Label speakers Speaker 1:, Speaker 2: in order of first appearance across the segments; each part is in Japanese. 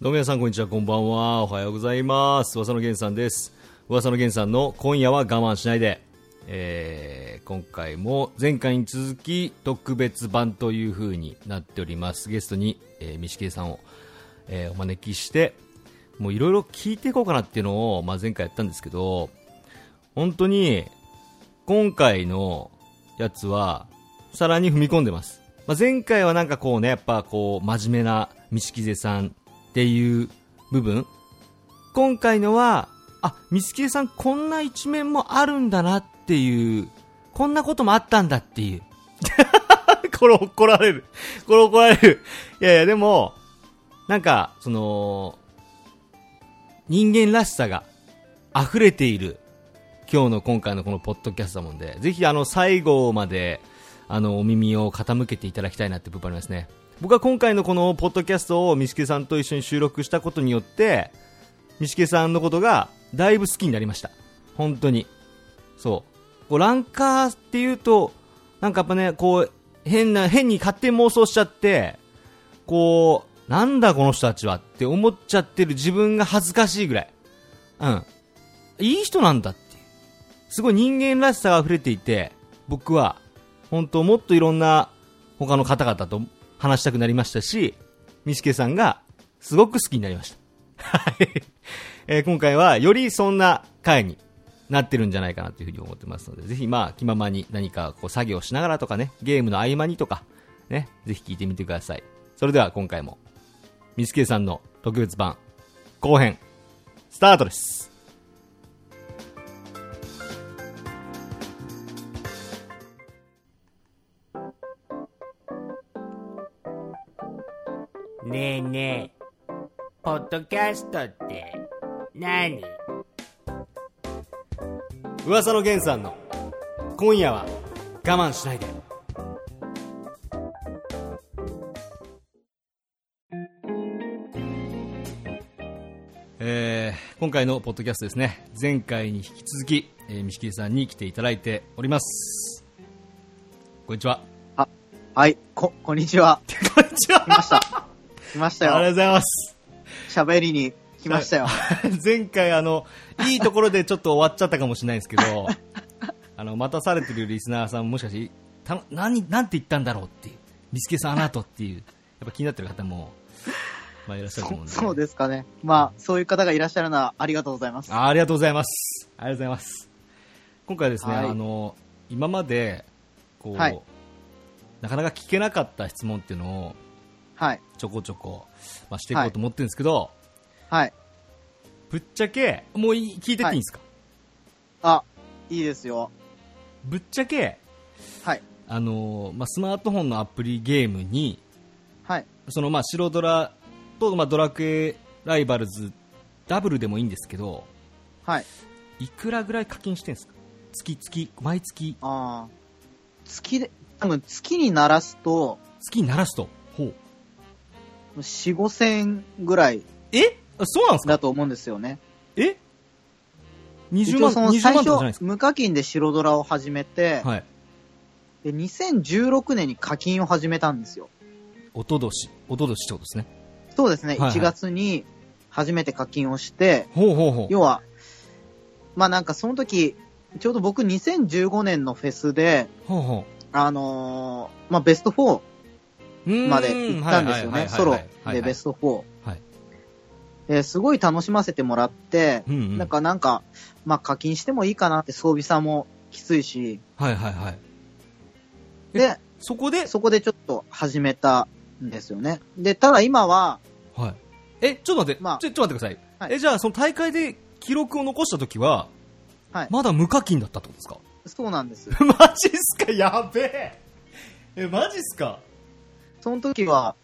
Speaker 1: どうも皆さんこんにちはこんばんはおはようございます噂の源さんです噂の源さんの今夜は我慢しないで、えー今回も前回に続き特別版という風になっておりますゲストに、えー、西圭さんを、えーお招きしてもういろいろ聞いていこうかなっていうのを、まあ、前回やったんですけど本当に今回のやつはさらに踏み込んでます、まあ、前回はなんかこうねやっぱこう真面目な錦瀬さんっていう部分今回のはあ錦瀬さんこんな一面もあるんだなっていうこんなこともあったんだっていう これ怒られるこれ怒られるいやいやでもなんかその人間らしさが溢れている今日の今回のこのポッドキャストだもんで、ぜひあの最後まであのお耳を傾けていただきたいなって部分ありますね。僕は今回のこのポッドキャストをミシケさんと一緒に収録したことによって、ミシケさんのことがだいぶ好きになりました。本当に。そう。こうランカーっていうと、なんかやっぱね、こう、変な、変に勝手に妄想しちゃって、こう、なんだこの人たちはって思っちゃってる自分が恥ずかしいぐらい。うん。いい人なんだっていう。すごい人間らしさが溢れていて、僕は、本当もっといろんな他の方々と話したくなりましたし、ミシケさんがすごく好きになりました。 はい。えー今回はよりそんな回になってるんじゃないかなというふうに思ってますので、ぜひまあ気ままに何かこう作業しながらとかね、ゲームの合間にとか、ね、ぜひ聞いてみてください。それでは今回も、ミスケさんの特別版後編、スタートです。
Speaker 2: ねえねえ、ポッドキャストって何
Speaker 1: 噂の源さんの今夜は我慢しないでえー今回のポッドキャストですね前回に引き続き、えー、三木さんに来ていただいておりますこんにちは
Speaker 3: はい、こ、こんにちは。
Speaker 1: こんにちは
Speaker 3: 来ました。来まし
Speaker 1: あ
Speaker 3: た
Speaker 1: りがとう
Speaker 3: よ。
Speaker 1: ございます
Speaker 3: 喋りに来ましたよ。
Speaker 1: 前回あのいいところでちょっと終わっちゃったかもしれないんですけ どあの待たされてるリスナーさんもしかした何なんて言ったんだろうっていうビスケさんあなたっていうやっぱ気になってる方も、まあ、いらっしゃると思うん
Speaker 3: そ
Speaker 1: で
Speaker 3: そうですかね。まあ、そういう方がいらっしゃるのはありがとうございます。
Speaker 1: あありがとうございますありがとうございます今回はですね、
Speaker 3: はい
Speaker 1: あの今までこう、
Speaker 3: はい
Speaker 1: なかなか聞けなかった質問っていうのを
Speaker 3: はい。
Speaker 1: ちょこちょこ、まあ、していこうと思ってるんですけど、
Speaker 3: はい。
Speaker 1: ぶっちゃけもうい聞いてっていいんですか、
Speaker 3: あ、いいですよ。
Speaker 1: ぶっちゃけ
Speaker 3: はい。
Speaker 1: あのまあ、スマートフォンのアプリゲームに
Speaker 3: はい。
Speaker 1: そのまあ白ドラと、まあ、ドラクエライバルズダブルでもいいんですけど
Speaker 3: はい。
Speaker 1: いくらぐらい課金してんすか月月毎月
Speaker 3: ああ。月で、多分月にならすと、
Speaker 1: 月にならすとほう
Speaker 3: 4、5千ぐらい
Speaker 1: えあそうなんですか
Speaker 3: だと思うんですよね。
Speaker 1: え
Speaker 3: 一
Speaker 1: 20
Speaker 3: 応
Speaker 1: 万
Speaker 3: その
Speaker 1: 20万
Speaker 3: 最
Speaker 1: とかじゃないで
Speaker 3: 初
Speaker 1: す、
Speaker 3: 無課金で白ドラを始めて、
Speaker 1: かはい
Speaker 3: で、2016年に課金を始めたんですよ。
Speaker 1: おととしおととしってことですね
Speaker 3: そうですね。
Speaker 1: はいはい
Speaker 3: 1月に初めて課金をして、
Speaker 1: ほうほうほう
Speaker 3: 要は、まあなんかその時、ちょうど僕2015年のフェスで、
Speaker 1: ほうほ
Speaker 3: あのーまあベスト4
Speaker 1: ううーん
Speaker 3: まで行ったんですよ
Speaker 1: はい
Speaker 3: ね。
Speaker 1: はい
Speaker 3: ソ
Speaker 1: はい
Speaker 3: ロ
Speaker 1: はいはい
Speaker 3: でベスト4。
Speaker 1: はい
Speaker 3: ですごい楽しませてもらって、
Speaker 1: うんうん
Speaker 3: なんかなんか、まあ課金してもいいかなって装備さもきついし、
Speaker 1: はいはいはいえ
Speaker 3: で、
Speaker 1: そこで
Speaker 3: そこでちょっと始めたんですよね。で、ただ今は、
Speaker 1: はい。え、ちょっと待って、
Speaker 3: まあ
Speaker 1: ちょちょっと待ってください。
Speaker 3: はい
Speaker 1: え、じゃあ、その大会で記録を残した時は、
Speaker 3: はい
Speaker 1: まだ無課金だったってことですか
Speaker 3: そうなんです。
Speaker 1: マジっすかやべえ。え、マジっすか
Speaker 3: その時は、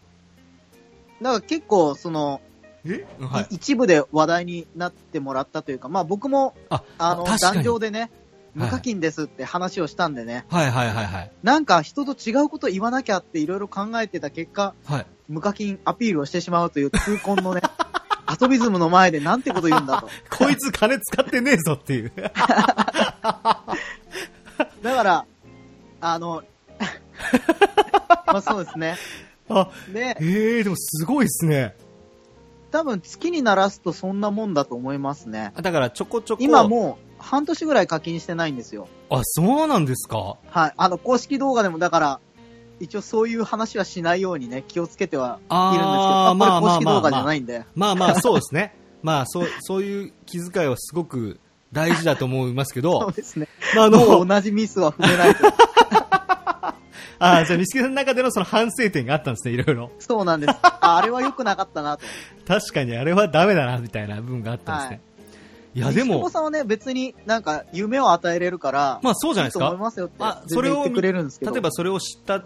Speaker 3: なんか結構その、
Speaker 1: えはい。
Speaker 3: 一部で話題になってもらったというか、まあ僕も
Speaker 1: あ、
Speaker 3: あの、
Speaker 1: 確かに
Speaker 3: 壇上でね、
Speaker 1: はい
Speaker 3: 無課金ですって話をしたんでね、
Speaker 1: はいはいはいはい。
Speaker 3: なんか人と違うこと言わなきゃっていろいろ考えてた結果、
Speaker 1: はい。
Speaker 3: 無課金アピールをしてしまうという痛恨 のね、アトビズムの前でなんてこと言うんだと。
Speaker 1: こいつ金使ってねえぞっていう。
Speaker 3: だから、あの、まあそうですね。
Speaker 1: あ、
Speaker 3: で、
Speaker 1: ええでもすごいっすね。
Speaker 3: 多分月にならすとそんなもんだと思いますね。
Speaker 1: あだからちょこちょこ。
Speaker 3: 今もう半年ぐらい課金してないんですよ。
Speaker 1: あ、そうなんですか
Speaker 3: はい。あの、公式動画でもだから、一応そういう話はしないようにね、気をつけてはいるんですけど、
Speaker 1: あー
Speaker 3: あこれ
Speaker 1: まあまあ
Speaker 3: 公式動
Speaker 1: まあ
Speaker 3: 画じゃないんで。
Speaker 1: まあま あ、そうですね。まあ、そう、そういう気遣いはすごく大事だと思いますけ
Speaker 3: そう
Speaker 1: ど、
Speaker 3: ですね。
Speaker 1: まあ、あ
Speaker 3: も
Speaker 1: の、
Speaker 3: う同じミスは踏めない と。
Speaker 1: あーじゃあ、西木さんの中でのその反省点があったんですね、いろいろ。
Speaker 3: そうなんです。ああれは良くなかったなと。
Speaker 1: 確かにあれはダメだな、みたいな部分があったんですね。い、や、で
Speaker 3: 西久保
Speaker 1: も、
Speaker 3: さんはね、別になんか夢を与えれるから、
Speaker 1: まあそうじゃない
Speaker 3: い
Speaker 1: です
Speaker 3: いと思い
Speaker 1: か。
Speaker 3: ますよって
Speaker 1: あ、そ
Speaker 3: 全
Speaker 1: れ
Speaker 3: 然
Speaker 1: を
Speaker 3: 言ってくれるんですけど。
Speaker 1: 例えばそれを知った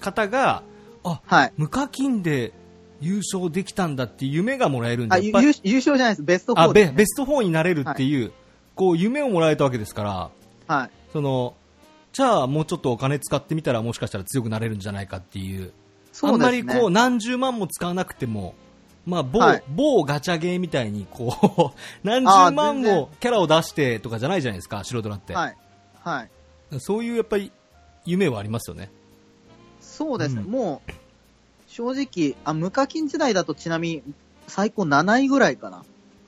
Speaker 1: 方が、あ、
Speaker 3: はい。
Speaker 1: 無課金で優勝できたんだっていう夢がもらえるん
Speaker 3: あ、
Speaker 1: で、
Speaker 3: ゆ
Speaker 1: やっ
Speaker 3: 優
Speaker 1: ぱり
Speaker 3: 優勝じゃないです。ベスト
Speaker 1: あ
Speaker 3: 4
Speaker 1: ベ
Speaker 3: で。
Speaker 1: ベスト4になれるっていう、こう夢をもらえたわけですから、
Speaker 3: はい。
Speaker 1: その、じゃあもうちょっとお金使ってみたらもしかしたら強くなれるんじゃないかっていう。
Speaker 3: そうですね。
Speaker 1: あんまりこう何十万も使わなくても、まあ某、
Speaker 3: はい
Speaker 1: 某ガチャゲーみたいにこう、 何十万もキャラを出してとかじゃないじゃないですか、白ドラって。
Speaker 3: はい。はい。
Speaker 1: そういうやっぱり夢はありますよね。
Speaker 3: そうですね。
Speaker 1: うん
Speaker 3: もう、正直、あ、無課金時代だとちなみに、最高7位ぐらいかな。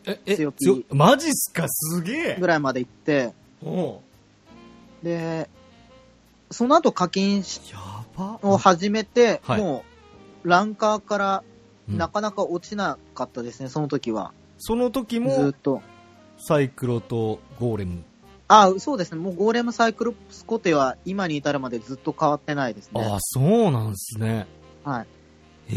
Speaker 1: え、え、
Speaker 3: 強気
Speaker 1: 強マジっすかすげえ
Speaker 3: ぐらいまで行って、
Speaker 1: おう
Speaker 3: で、その後課金し
Speaker 1: やば
Speaker 3: を始めて、
Speaker 1: はい
Speaker 3: もう、ランカーから
Speaker 1: うん
Speaker 3: なかなか落ちなかったですね、その時は。
Speaker 1: その時
Speaker 3: ずっ
Speaker 1: も、
Speaker 3: と。
Speaker 1: サイクロとゴーレム。
Speaker 3: あそうですね。もうゴーレムサイクロプスコテは今に至るまでずっと変わってないです
Speaker 1: あ
Speaker 3: ね
Speaker 1: あ、。そうなんですね。
Speaker 3: はい。
Speaker 1: え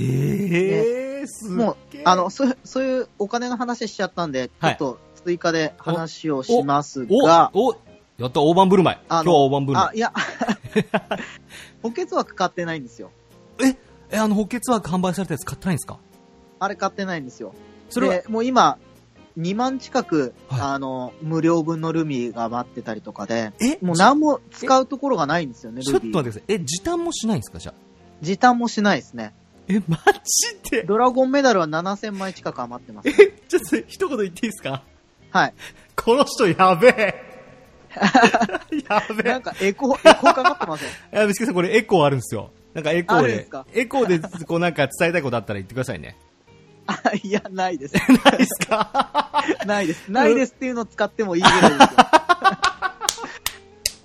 Speaker 1: えー、すっげえ
Speaker 3: もう、あの、そう、そういうお金の話しちゃったんで、ちょ
Speaker 1: はい
Speaker 3: っと追加で話をします
Speaker 1: お
Speaker 3: が、
Speaker 1: おやった、大盤振る舞い。今
Speaker 3: あの
Speaker 1: 日は大盤振る舞
Speaker 3: あ、いや、 補欠枠買ってないんですよ。
Speaker 1: い。え、あの、補欠枠販売されたやつ買ってないんですか
Speaker 3: あれ買ってないんですよ。
Speaker 1: それは、
Speaker 3: で、もう今、2万近く、
Speaker 1: はい
Speaker 3: あの、無料分のルミが待ってたりとかで、
Speaker 1: え
Speaker 3: もう
Speaker 1: ちょ
Speaker 3: 何も使うところがないんですよね、
Speaker 1: ちょ
Speaker 3: ル
Speaker 1: っと
Speaker 3: ビ
Speaker 1: 待っ
Speaker 3: ー。
Speaker 1: てください。え、時短もしないんですかじゃあ。
Speaker 3: 時短もしないですね。
Speaker 1: え、マジで
Speaker 3: ドラゴンメダルは7000枚近く余ってます。
Speaker 1: え、ちょっと一言言っていいですか
Speaker 3: はい。
Speaker 1: この人やべ え。やべ
Speaker 3: なんかエコ ー、エコーかかってますよ。
Speaker 1: え。あ、みすけさんこれエコーあるんですよ。なんかエコー
Speaker 3: あ
Speaker 1: で
Speaker 3: るんですか
Speaker 1: エコーで、こうなんか伝えたいことあったら言ってくださいね。
Speaker 3: あ、いや、ないです。
Speaker 1: ないですか
Speaker 3: ないです。ないですっていうのを使ってもいいぐらい ですよ。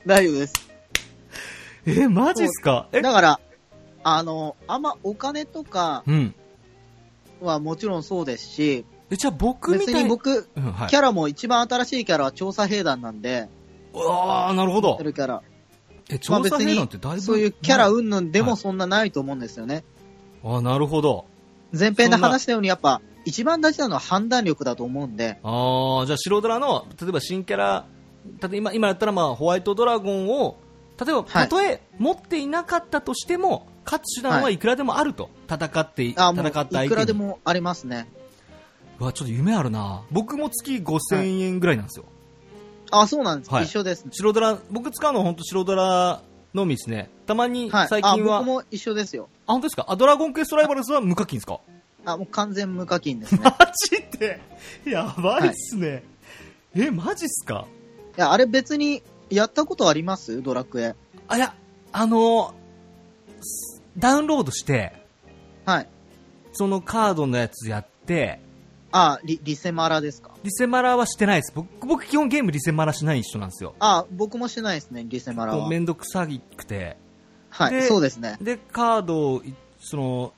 Speaker 3: 大丈夫です。
Speaker 1: え、マジっすかえ
Speaker 3: だから、あの、あんまお金とか
Speaker 1: うん。
Speaker 3: はもちろんそうですし、
Speaker 1: え、じゃあ僕み
Speaker 3: 別
Speaker 1: たい
Speaker 3: に僕、
Speaker 1: うん、はい
Speaker 3: キ。ャラも一番新しいキャラは調査兵団なんで、
Speaker 1: ああ、なるほど
Speaker 3: や。るキャラ。
Speaker 1: え、調査兵団ってだいぶ。
Speaker 3: そういうキャラ
Speaker 1: あ
Speaker 3: 云々で
Speaker 1: はい
Speaker 3: もそんなないと思うんですよね。
Speaker 1: あ、なるほど。
Speaker 3: 前編で話したようにやっぱ、一番大事なのは判断力だと思うんで、
Speaker 1: ああ、じゃあ白ドラの、例えば新キャラ、例えば今、今だったらまあホワイトドラゴンを、例えば、
Speaker 3: はい
Speaker 1: たとえ持っていなかったとしても、勝つ手段はいくらでもあると。戦ってい、戦
Speaker 3: あ
Speaker 1: っ
Speaker 3: もう、
Speaker 1: た相手に。
Speaker 3: いくらでもありますね。
Speaker 1: うわ、ちょっと夢あるな僕も月5000円ぐらいなんですよ。
Speaker 3: あ、そうなんです。
Speaker 1: はい
Speaker 3: 一緒ですね。
Speaker 1: 白ドラ、僕使うのは本当白ドラのみですね。たまに
Speaker 3: はい。
Speaker 1: 最
Speaker 3: あ、
Speaker 1: 近は、あ、
Speaker 3: 僕も一緒ですよ。
Speaker 1: 本当ですかあ、ドラゴンクエストライバルズは無課金ですか
Speaker 3: あ、もう完全無課金です ね。
Speaker 1: マジでやばいっすね。え、マジっすか
Speaker 3: いや、あれ別にやったことありますドラクエ。
Speaker 1: あ、いや、あのーすダウンロードして、
Speaker 3: はい。
Speaker 1: そのカードのやつやって、
Speaker 3: あ、リ、リセマラですか
Speaker 1: リセマラはしてないです。僕、僕基本ゲームリセマラしない人なんですよ。
Speaker 3: あ、僕もしてないですね、リセマラ
Speaker 1: こう
Speaker 3: は
Speaker 1: め。んどくさくて。
Speaker 3: は
Speaker 1: で
Speaker 3: い、そうですね。
Speaker 1: で、カードをい、その、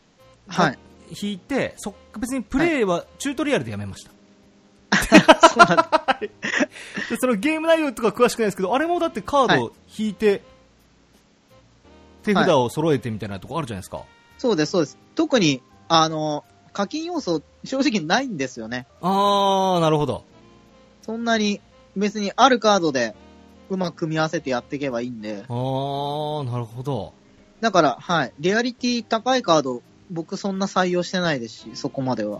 Speaker 3: はい。
Speaker 1: 引いて、そ別にプレイはチュートリアルでやめました。
Speaker 3: そうなんだ
Speaker 1: で、そのゲーム内容とか詳しくないですけど、あれもだってカードを引いて、手札を揃えてみたいなとこあるじゃないですか。
Speaker 3: そうです、そうです。特に、あの、課金要素、正直ないんですよね。
Speaker 1: あー、なるほど。
Speaker 3: そんなに、別にあるカードで、うまく組み合わせてやっていけばいいんで。
Speaker 1: あー、なるほど。
Speaker 3: だから、はい。リアリティ高いカード、僕そんな採用してないですし、そこまでは。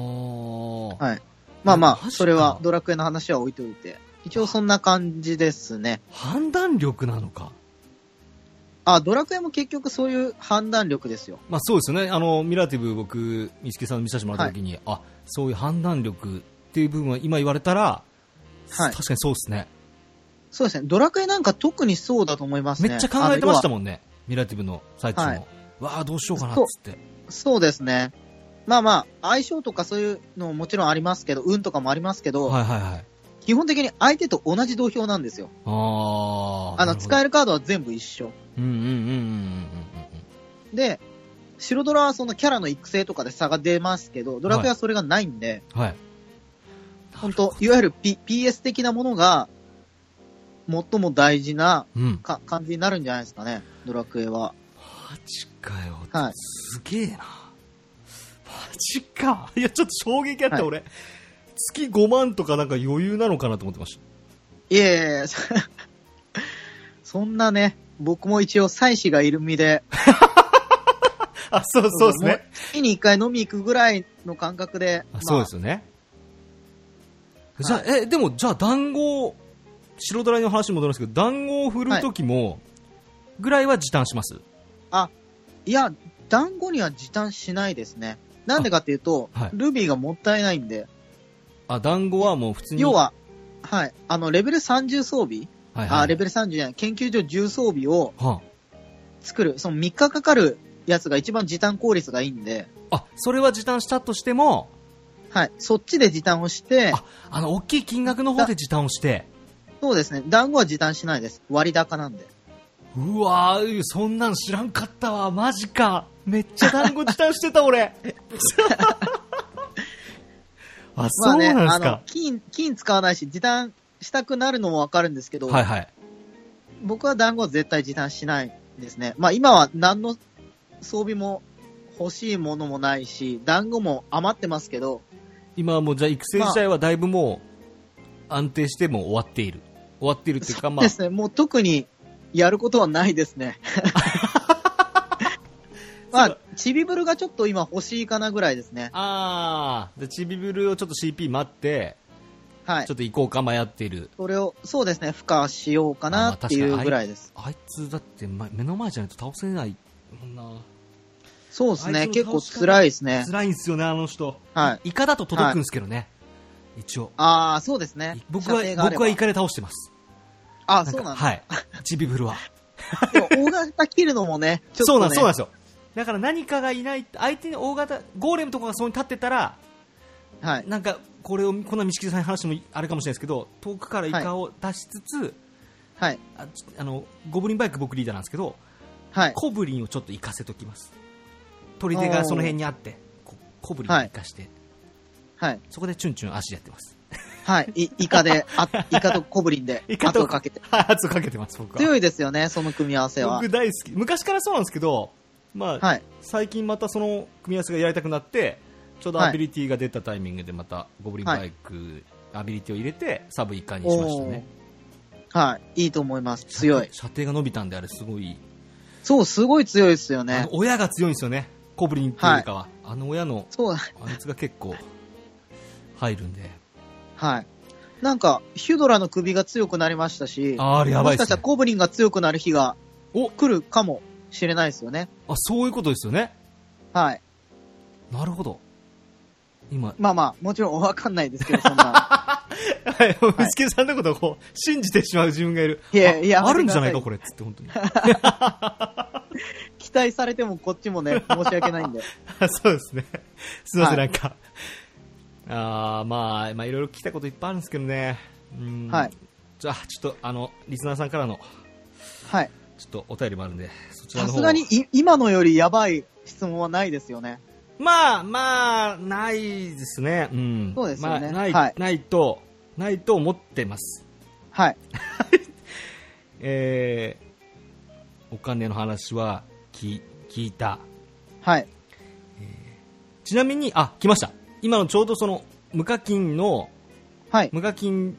Speaker 1: おー。
Speaker 3: はいまあま
Speaker 1: マジ
Speaker 3: あ、
Speaker 1: か
Speaker 3: それはドラクエの話は置いといて。一応そんな感じですね。
Speaker 1: 判断力なのか。
Speaker 3: あ、ドラクエも結局そういう判断力ですよ。
Speaker 1: まあそうですよね。あの、ミラティブ僕、ミスケさんの見させてもらった時に、あ、そういう判断力っていう部分は今言われたら、
Speaker 3: はい
Speaker 1: 確かにそうですね。
Speaker 3: そうですね。ドラクエなんか特にそうだと思いますね。
Speaker 1: めっちゃ考えてました
Speaker 3: も
Speaker 1: もんね。ミラティブの最中も。
Speaker 3: はい
Speaker 1: わあどうしようかなっつって。
Speaker 3: ん。そうですね。まあまあ、相性とかそういうのももちろんありますけど、運とかもありますけど、
Speaker 1: はいはいはい。
Speaker 3: 基本的に相手と同じ土俵なんですよ。
Speaker 1: ああ。
Speaker 3: あの、使
Speaker 1: え
Speaker 3: えるカードは全部一緒。
Speaker 1: うんうんうんうんうん
Speaker 3: で、白ドラはそのキャラの育成とかで差が出ますけど、ドラクエはそれがないんで、
Speaker 1: うん。はい。
Speaker 3: 本当いわゆる、P、PS 的なものが、最も大事な
Speaker 1: うん。
Speaker 3: か感じになるんじゃないですかね、ドラクエは。
Speaker 1: マジかよ。
Speaker 3: はい
Speaker 1: すげえな。マジか。いや、ちょっと衝撃あった、
Speaker 3: はい
Speaker 1: 俺。月5万とかなんか余裕なのかなと思ってまし
Speaker 3: いえいえいえ、そそんなね、僕も一応、妻子がいる身で、
Speaker 1: た。あ、そうそうです
Speaker 3: もう
Speaker 1: ね。
Speaker 3: 月に一回飲み行くぐらいの感覚で、
Speaker 1: あ
Speaker 3: まあ
Speaker 1: そうですよね。
Speaker 3: い
Speaker 1: じゃあ、え、でも、じゃあ、団子を、白ドラの話に戻るんですけど、団子を振るときも、ぐらいは時短します。
Speaker 3: いや、団子には時短しないですね。なんでかっていうと、
Speaker 1: あはい
Speaker 3: ルビーがもったいないんで、
Speaker 1: あ、団子はもう普通に。
Speaker 3: 要、は、はい、あの、レベル30装備、
Speaker 1: はいはい、
Speaker 3: あ、レベル30じゃない、研究所10装備を
Speaker 1: は
Speaker 3: 作る、その3日かかるやつが一番時短効率がいいんで、
Speaker 1: あ、あ、それは時短したとしても、
Speaker 3: はい、そっちで時短をして
Speaker 1: あ、あの、大きい金額の方で時短をして、
Speaker 3: そうですね、団子は時短しないです。割高なんで。
Speaker 1: うわー、そんなん知らんかったわ、マジか。めっちゃ団子時短してた、 俺。あ、
Speaker 3: ま
Speaker 1: そ
Speaker 3: あ
Speaker 1: うな
Speaker 3: ね、
Speaker 1: んで
Speaker 3: あ
Speaker 1: すか。
Speaker 3: の、金、金使わないし、時短したくなるのもわかるんですけど、
Speaker 1: はいはい。
Speaker 3: 僕は団子は絶対時短しないですね。まあ今は何の装備も欲しいものもないし、団子も余ってますけど、
Speaker 1: 今はもうじゃあ育成自体はだいぶもう安定してもう終わっている終わっているっていうかまあ
Speaker 3: ですね、もう特にやることはないで すね。まあ、チビブルがちょっと今欲しいかなぐらいですね。
Speaker 1: ああでチビブルをちょっと CP 待って
Speaker 3: はい
Speaker 1: ちょ。っと行こうか迷っている
Speaker 3: それを、そうですね、付加しようかなっていうぐらいです。
Speaker 1: あいつだってま目の前じゃないと倒せないもんな
Speaker 3: そうです
Speaker 1: あい
Speaker 3: ね、
Speaker 1: つの
Speaker 3: 結構
Speaker 1: 倒し方
Speaker 3: 辛いですね。
Speaker 1: 辛いんすよねあの人
Speaker 3: はい。
Speaker 1: イカだと届くんですけどね、一応
Speaker 3: ああ、そうですね。
Speaker 1: 僕は
Speaker 3: 射程があれ
Speaker 1: 僕
Speaker 3: ば
Speaker 1: はイカで倒してます
Speaker 3: ああ、そうなんだ。
Speaker 1: はいチビブルは
Speaker 3: でも大型切るのもね、 ち
Speaker 1: そ
Speaker 3: ょ
Speaker 1: う
Speaker 3: っ
Speaker 1: なん
Speaker 3: とね。
Speaker 1: そうなんですよだから何かがいない相手に大型ゴーレムとかがそこに立ってたら
Speaker 3: はい。
Speaker 1: なんかこれをこんな道木さんの話もあれかもしれないですけど遠くからイカを出しつつ、
Speaker 3: はい。
Speaker 1: あちあのゴブリンバイク僕リーダーなんですけど、
Speaker 3: はい。
Speaker 1: コブリンをちょっと行かせときます砦がその辺にあってこコブリンを行かして、
Speaker 3: はい。
Speaker 1: そこでチュンチュン足やってます 、
Speaker 3: はい。いイカで、あイカとコブリンで
Speaker 1: イカと
Speaker 3: 後をかけて。
Speaker 1: はい圧をかけてます僕は
Speaker 3: 強いですよね、その組み合わせは
Speaker 1: 僕。大好き昔からそうなんですけど、まあ
Speaker 3: はい。
Speaker 1: 最近またその組み合わせがやりたくなってちょうどアビリティが出たタイミングでまたゴブリンバイク、アビリティを入れてサブイカにしましたね
Speaker 3: おーはい。いいと思います。強い。
Speaker 1: 射程が伸びたんであれすごい
Speaker 3: そう、すごい強いですよ
Speaker 1: あ
Speaker 3: ね
Speaker 1: の。親が強いんですよね、コブリンっていうよりかは、あの親の、
Speaker 3: そう、
Speaker 1: あいつが結構入るんで、
Speaker 3: はい。なんか、ヒュドラの首が強くなりましたし、
Speaker 1: あーあれやばい
Speaker 3: もし
Speaker 1: で
Speaker 3: かし
Speaker 1: す
Speaker 3: た
Speaker 1: ね
Speaker 3: ら、コブリンが強くなる日が
Speaker 1: お
Speaker 3: 来るかもしれないですよね。
Speaker 1: あそういうことですよね、
Speaker 3: はい。
Speaker 1: なるほど、今、
Speaker 3: まあまあ、もちろんわかんないですけど、そ んな。
Speaker 1: はい、つけさんのことをこう信じてしまう自分がいる、
Speaker 3: いや
Speaker 1: あ
Speaker 3: いや
Speaker 1: あるんじゃない
Speaker 3: や
Speaker 1: か、
Speaker 3: めて
Speaker 1: これっつって、本当に、
Speaker 3: 期待されてもこっちもね、申し訳ないんで。
Speaker 1: あ そうですね、すいません、
Speaker 3: はい
Speaker 1: なんか、あーまあ、まあ、いろいろ聞きたいこといっぱいあるんですけどね、うん
Speaker 3: はい
Speaker 1: じゃあ、ちょっと、あの、リスナーさんからの、
Speaker 3: はい。
Speaker 1: ちょっとお便りもあるんで、そちら
Speaker 3: さ
Speaker 1: の方
Speaker 3: すがに
Speaker 1: を、
Speaker 3: い今のよりやばい質問はないですよね。
Speaker 1: まあまあ、ないですね。うん。
Speaker 3: そうですよね
Speaker 1: まあ、ない、
Speaker 3: はい
Speaker 1: ないと、ないと思ってます。
Speaker 3: はい。
Speaker 1: えー、お金の話は聞、聞いた。
Speaker 3: はい。
Speaker 1: ちなみに、あ、来ました。今のちょうどその、無課金の、
Speaker 3: はい。
Speaker 1: 無課金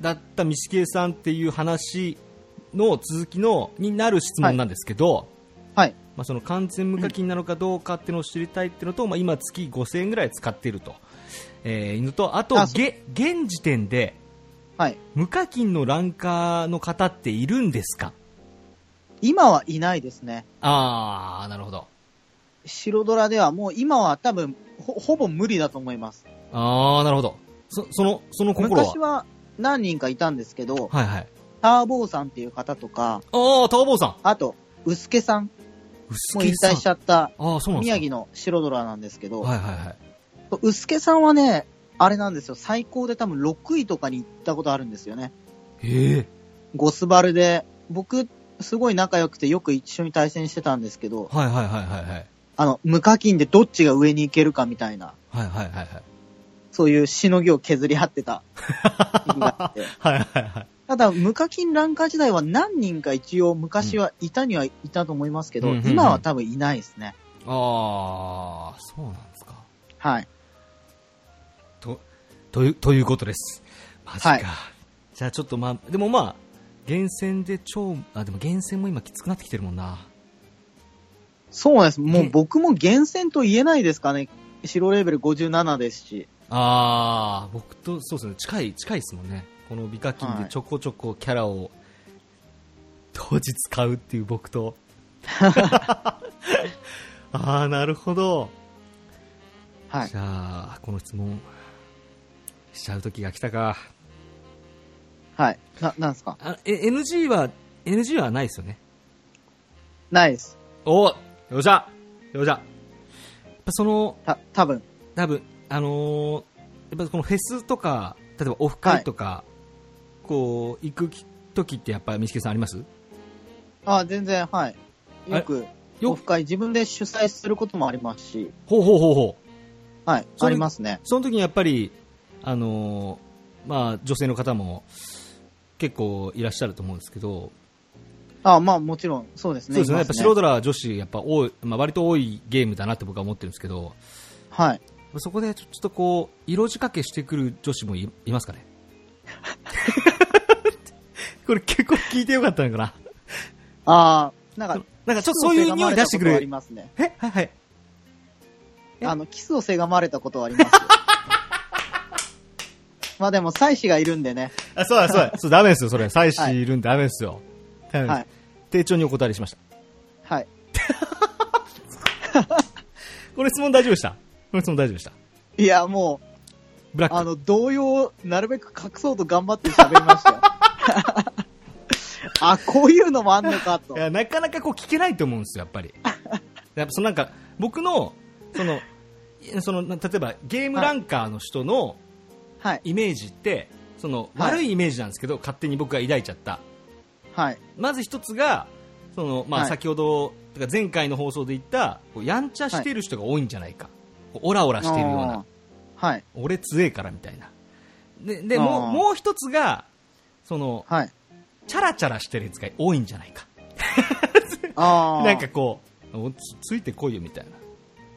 Speaker 1: だった三重さんっていう話の続きの、になる質問なんですけど、
Speaker 3: はい。
Speaker 1: まあ、その完全無課金なのかどうかっていうのを知りたいっていうのと、まあ、今、月5000円ぐらい使っていると、えー、いうのとあと
Speaker 3: あそう
Speaker 1: げ、現時点で
Speaker 3: はい。
Speaker 1: 無課金のランカーの方っているんですか
Speaker 3: 今はいないですね。
Speaker 1: あー、なるほど。
Speaker 3: 白ドラではもう今は多分ほほぼ無理だと思います。
Speaker 1: あー、なるほど。そそのその心は
Speaker 3: 昔は何人かいたんですけど、
Speaker 1: はいはい。
Speaker 3: ターボーさんっていう方とか、
Speaker 1: あー、タオボーさん。
Speaker 3: あと、ウスケさん。
Speaker 1: 薄
Speaker 3: もう引
Speaker 1: 毛さん
Speaker 3: 退しちゃった
Speaker 1: ああ、そうなんです
Speaker 3: 宮
Speaker 1: か。
Speaker 3: 城の白ドラなんですけど、
Speaker 1: はいはいはい。
Speaker 3: 薄毛さんはね、あれなんですよ、最高で多分6位とかに行ったことあるんですよね。
Speaker 1: ええ
Speaker 3: ゴスバルで、僕、すごい仲良くてよく一緒に対戦してたんですけど、
Speaker 1: はいはいはいはいはい。
Speaker 3: あの、無課金でどっちが上に行けるかみたいな、
Speaker 1: はいはいはいはい。
Speaker 3: そういうしのぎを削り合ってた 時があって。
Speaker 1: はいはいはい。
Speaker 3: ただ、無課金ランカー時代は何人か一応昔はいたにはいたと思いますけど、
Speaker 1: うんうんうんうん
Speaker 3: 今は多分いないですね。
Speaker 1: ああ、そうなんですか。
Speaker 3: はい。
Speaker 1: と、という、ということです。マジか。
Speaker 3: はい
Speaker 1: じゃあちょっとまあ、でもまあ、厳選で超、あ、でも厳選も今きつくなってきてるもんな。
Speaker 3: そうです。も
Speaker 1: ね
Speaker 3: う僕も厳選と言えないですかね。白レーベル57ですし。
Speaker 1: ああ、僕と、そうですね、近い、近いですもんね。この美課金でちょこちょこキャラを、当日買うっていう僕と。 ああ、なるほど。
Speaker 3: はい
Speaker 1: じ。ゃあ、この質問、しちゃう時が来たか。
Speaker 3: はい。な、なんですか
Speaker 1: あえ NG は、NG はないですよね。
Speaker 3: ないです。
Speaker 1: およっしゃよっしゃやっぱその、
Speaker 3: た、多分。
Speaker 1: 多分あのーやっぱこのフェスとか、例えばオフ会とか、こう、行く時ってやっぱ、みしけさんあります
Speaker 3: あ、全然、はい。よく、
Speaker 1: よ
Speaker 3: オフ会自分で主催することもありますし、
Speaker 1: ほうほうほうほう。
Speaker 3: はい。
Speaker 1: それ
Speaker 3: ありますね。
Speaker 1: その時にやっぱり、あのーまあ、女性の方も結構いらっしゃると思うんですけど、
Speaker 3: あ、まあもちろん、そうです
Speaker 1: そ
Speaker 3: ね。
Speaker 1: うですね。
Speaker 3: い
Speaker 1: や
Speaker 3: ま
Speaker 1: っぱ白ドラは女子、やっぱ多い、まあ、割と多いゲームだなって僕は思ってるんですけど、
Speaker 3: はい。
Speaker 1: そこでちょちょっとこう、色仕掛けしてくる女子もいいますかね これ結構聞いてよかったのかな
Speaker 3: あーなんか、
Speaker 1: なんかちょっとそういう匂い出してく
Speaker 3: キスをせがまれたことはあ
Speaker 1: る。え
Speaker 3: りますね。
Speaker 1: はいはい。え
Speaker 3: あの、キスをせがまれたことはあります よ。まあでも、妻子がいるんでね。
Speaker 1: あ、そうだそうだ。そう、ダメですよ、それ。妻子いるんでダメですよ。ダメです。
Speaker 3: はい。
Speaker 1: 丁重にお断りしました。
Speaker 3: はい。
Speaker 1: これ質問大丈夫でしたこれ質問大丈夫でした
Speaker 3: いや、もう、
Speaker 1: ブラッ
Speaker 3: あ
Speaker 1: ク。
Speaker 3: の、動揺をなるべく隠そうと頑張って喋りましたよ。 あ、こういうのもあんのかと
Speaker 1: い。や、なかなかこう聞けないと思うんですよ、やっぱり。やっぱそのなんか、僕の、その、いその、な例えばゲームランカーの人の、
Speaker 3: はい。
Speaker 1: イメージってその
Speaker 3: はい
Speaker 1: 悪いイメージなんですけど、勝手に僕が抱いちゃった
Speaker 3: はい。
Speaker 1: まず一つがその、まあ、
Speaker 3: はい
Speaker 1: 先ほど、てか前回の放送で言ったこうやんちゃしてる人が多いんじゃないか、こうオラオラしてるよう
Speaker 3: あー
Speaker 1: な。
Speaker 3: はい。
Speaker 1: 俺強えからみたいなででも
Speaker 3: あ
Speaker 1: う
Speaker 3: ー
Speaker 1: もう一つがその
Speaker 3: はい。
Speaker 1: チャラチャラしてるやつが多いんじゃないか
Speaker 3: ああ。
Speaker 1: なんかこうおつついてこいよみたい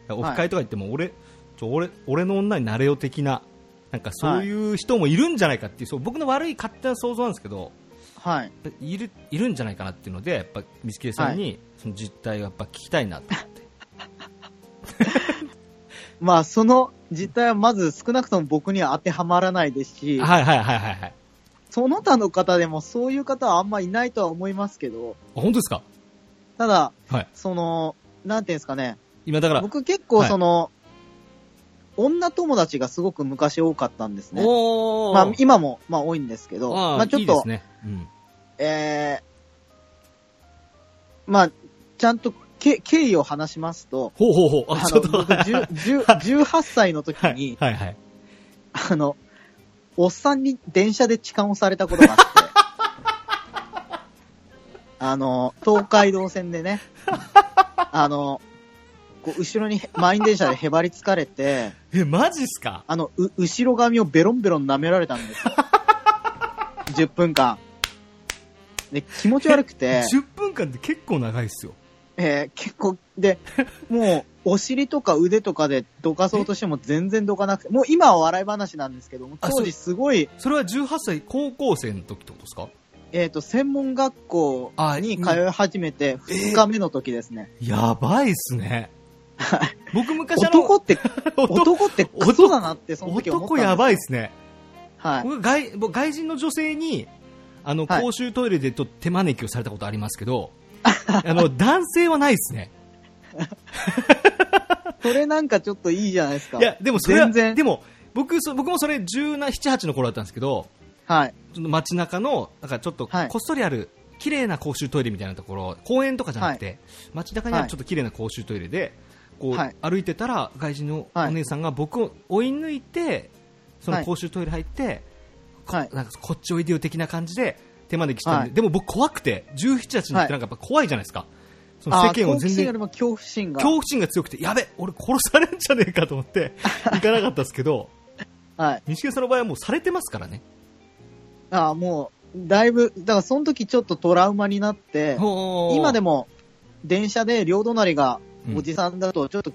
Speaker 1: なオフ会とか行っても俺,、ちょ俺俺の女になれよ的ななんかそういう人もいるんじゃないかっていうそう僕の悪い勝手な想像なんですけど、
Speaker 3: はい。
Speaker 1: いるいるんじゃないかなっていうのでやっぱ水切さんにその実態をやっぱ聞きたいな って、
Speaker 3: まあ、その実態はまず少なくとも僕には当てはまらないですし、
Speaker 1: はい、はいはいはいはいはい
Speaker 3: その他の方でもそういう方はあんまいないとは思いますけど、
Speaker 1: あ本当ですか
Speaker 3: ただ、
Speaker 1: はい
Speaker 3: その、なんていうんですかね、
Speaker 1: 今だから、
Speaker 3: 僕結
Speaker 1: は
Speaker 3: 構
Speaker 1: い
Speaker 3: その、女友達がすごく昔多かったんですね。
Speaker 1: おお、
Speaker 3: まあ、今も、まあ、多いんですけど、
Speaker 1: あー
Speaker 3: まあ、ちょ
Speaker 1: い
Speaker 3: っ
Speaker 1: いで
Speaker 3: と
Speaker 1: す、ね、うん、
Speaker 3: えーまあ、ちゃんとけ経緯を話しますと、
Speaker 1: ほうほうほうあ
Speaker 3: あ
Speaker 1: ちょ
Speaker 3: の
Speaker 1: っと
Speaker 3: 僕
Speaker 1: はい
Speaker 3: 10 10 18歳の時
Speaker 1: は
Speaker 3: に
Speaker 1: い、はいはい
Speaker 3: あの、おっさんに電車で痴漢をされたことが あって、あの、東海道線でね、あの、こう後ろに満員電車でへばりつかれて、
Speaker 1: えマジっすか
Speaker 3: あの、う後ろ髪をベロンベロン舐められたんですよ。10分間。で、気持ち悪くて、
Speaker 1: 10分間って結構長いっすよ
Speaker 3: えー結構、で、もう、お尻とか腕とかでどかそうとしても全然どかなくて、もう今は笑い話なんですけども、
Speaker 1: あそう
Speaker 3: 当時すごい、
Speaker 1: それは18歳高校生の時ってことですか
Speaker 3: えっ、と、専門学校に通い始めて2日目の時ですね。
Speaker 1: やばいっすね僕昔あの
Speaker 3: 男って、男ってクソだなってその時思ったん
Speaker 1: 男
Speaker 3: です
Speaker 1: やばいっすね
Speaker 3: はい。
Speaker 1: 僕外僕外人の女性にあの
Speaker 3: はい
Speaker 1: 公衆トイレでと手招きをされたことありますけ ど、あの男性はないですね。
Speaker 3: それなんかちょっといいじゃないですか。
Speaker 1: いやでもそれは
Speaker 3: 全然
Speaker 1: でも僕そ僕もそれ17、18の頃だったんですけど、
Speaker 3: はい。
Speaker 1: ちょっと街中のなんかちょっと
Speaker 3: はい
Speaker 1: こっそりある綺麗な公衆トイレみたいなところ公園とかじゃなくて、街中にあるちょっと綺麗な公衆トイレで、こう
Speaker 3: はい
Speaker 1: 歩いてたら外人の
Speaker 3: はい
Speaker 1: お姉さんが僕を追い抜いてその
Speaker 3: はい
Speaker 1: 公衆トイレ入って、こ
Speaker 3: はい
Speaker 1: なんかこっちおいでよ的な感じで手招きしたんで、
Speaker 3: はい
Speaker 1: でも僕怖くて17、18にってなんかやっぱ怖いじゃないですか。その
Speaker 3: あ
Speaker 1: 世
Speaker 3: ー
Speaker 1: 間を
Speaker 3: 好奇
Speaker 1: 全
Speaker 3: 心よ
Speaker 1: 然
Speaker 3: りも恐怖心が。
Speaker 1: 恐怖心が強くてやべ俺殺されんじゃねえかと思って 行かなかったですけど
Speaker 3: はい。
Speaker 1: 西木さんの場合はもうされてますからね
Speaker 3: あーもう、だいぶ、だからその時ちょっとトラウマになって、今で
Speaker 1: も
Speaker 3: も、電車で両隣がおじさんだと、ちょっと、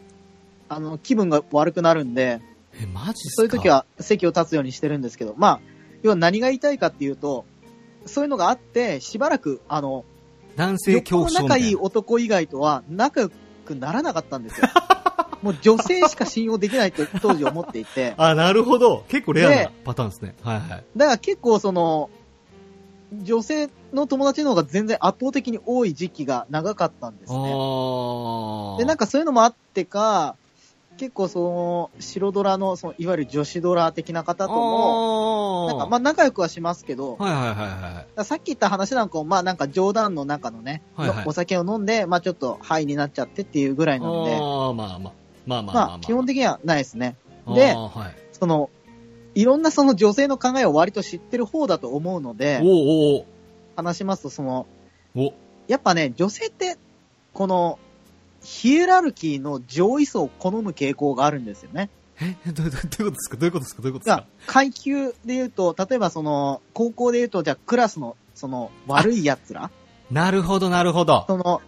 Speaker 3: あの、気分が悪くなるんで、
Speaker 1: えマジっすか
Speaker 3: そういう時は席を立つようにしてるんですけど、まあ、要は何が言いたいかっていうと、そういうのがあって、しばらく、あの、
Speaker 1: 男性
Speaker 3: 旅
Speaker 1: 恐
Speaker 3: 行
Speaker 1: 怖
Speaker 3: の
Speaker 1: 症み
Speaker 3: 仲
Speaker 1: たいない
Speaker 3: い男以外とは仲良くならなかったんで すよ。もう女性しか信用できないと当時思っていて、
Speaker 1: あなるほど結構レアな
Speaker 3: で
Speaker 1: パターンですねはいはい
Speaker 3: だから結構その、女性の友達の方が全然圧倒的に多い時期が長かったんですね。
Speaker 1: あ
Speaker 3: で、なん
Speaker 1: か
Speaker 3: かそういうのもあってか、結構その、白ドラの、その、いわゆる女子ドラ的な方と
Speaker 1: も
Speaker 3: も、なんか、まあ仲良くはしますけど、だか
Speaker 1: はいはいはいはい
Speaker 3: らさっき言った話なんかも、まあなんか冗談の中のね、
Speaker 1: はいはい
Speaker 3: のお酒を飲んで、まあちょっと、ハイになっちゃってっていうぐらい
Speaker 1: あ
Speaker 3: なんで、
Speaker 1: ーまあまあまあまあまあま
Speaker 3: ま
Speaker 1: あ
Speaker 3: あ基本的にはないですね。で
Speaker 1: あーはい
Speaker 3: その、いろんなその女性の考えを割と知ってる方だと思うので、
Speaker 1: おう
Speaker 3: 話しますとその、
Speaker 1: おうおう
Speaker 3: やっぱね、女性って、この、ヒエラルキーの上位層を好む傾向があるんですよね。
Speaker 1: えどうどうどういうこと ですかどういうことですかどういうことです
Speaker 3: が
Speaker 1: か
Speaker 3: 階級で言うと、例えばその、高校で言うと、じゃあクラスの、その、悪い奴ら、
Speaker 1: なるほどなるほど
Speaker 3: その、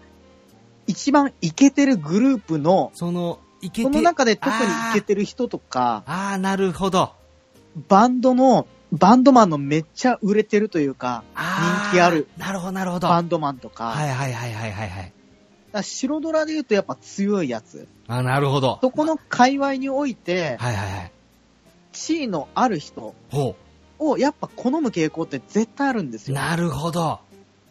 Speaker 3: 一番イケてるグループの、
Speaker 1: そのいけ
Speaker 3: その
Speaker 1: て
Speaker 3: 中で特にイケてる人とか、
Speaker 1: ああなるほど
Speaker 3: バンドの、バンドマンのめっちゃ売れてるというか、
Speaker 1: あー
Speaker 3: 人気ある。
Speaker 1: なるほど、なるほど。
Speaker 3: バ
Speaker 1: はい
Speaker 3: ンドマンとか、
Speaker 1: はいはいはいはいはい。
Speaker 3: だから白ドラで言うとやっぱ強いやつ。
Speaker 1: あ、なるほど。
Speaker 3: そこの界隈において、
Speaker 1: はいはいはい。
Speaker 3: 地位のある人
Speaker 1: ほ
Speaker 3: をやっぱ好む傾向って絶対あるんです
Speaker 1: う。
Speaker 3: よ。
Speaker 1: なるほど。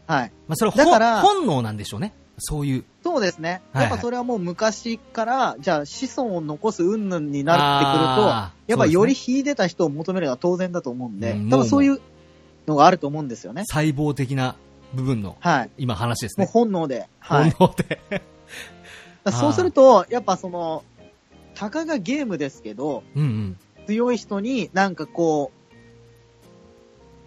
Speaker 3: はい。
Speaker 1: まあ、それは
Speaker 3: だから
Speaker 1: 本本能なんでしょうね。そういう。
Speaker 3: そうですね。
Speaker 1: はいはい
Speaker 3: やっぱそれはもう昔から、じゃあ子孫を残す云々になってくると、
Speaker 1: あー
Speaker 3: やっぱ
Speaker 1: そ
Speaker 3: よ
Speaker 1: うで
Speaker 3: り
Speaker 1: すね
Speaker 3: 秀でた人を求めるのは当然だと思うんで、
Speaker 1: うん
Speaker 3: 多分そういうのがあると思うんですよね。
Speaker 1: 細胞的な部分の、
Speaker 3: はい。
Speaker 1: 今話です
Speaker 3: もう
Speaker 1: ね。
Speaker 3: 本能で。はい。だか
Speaker 1: 本能で。
Speaker 3: らそうすると、やっぱその、たかがゲームですけど、
Speaker 1: うんうん。
Speaker 3: 強い人になんかこ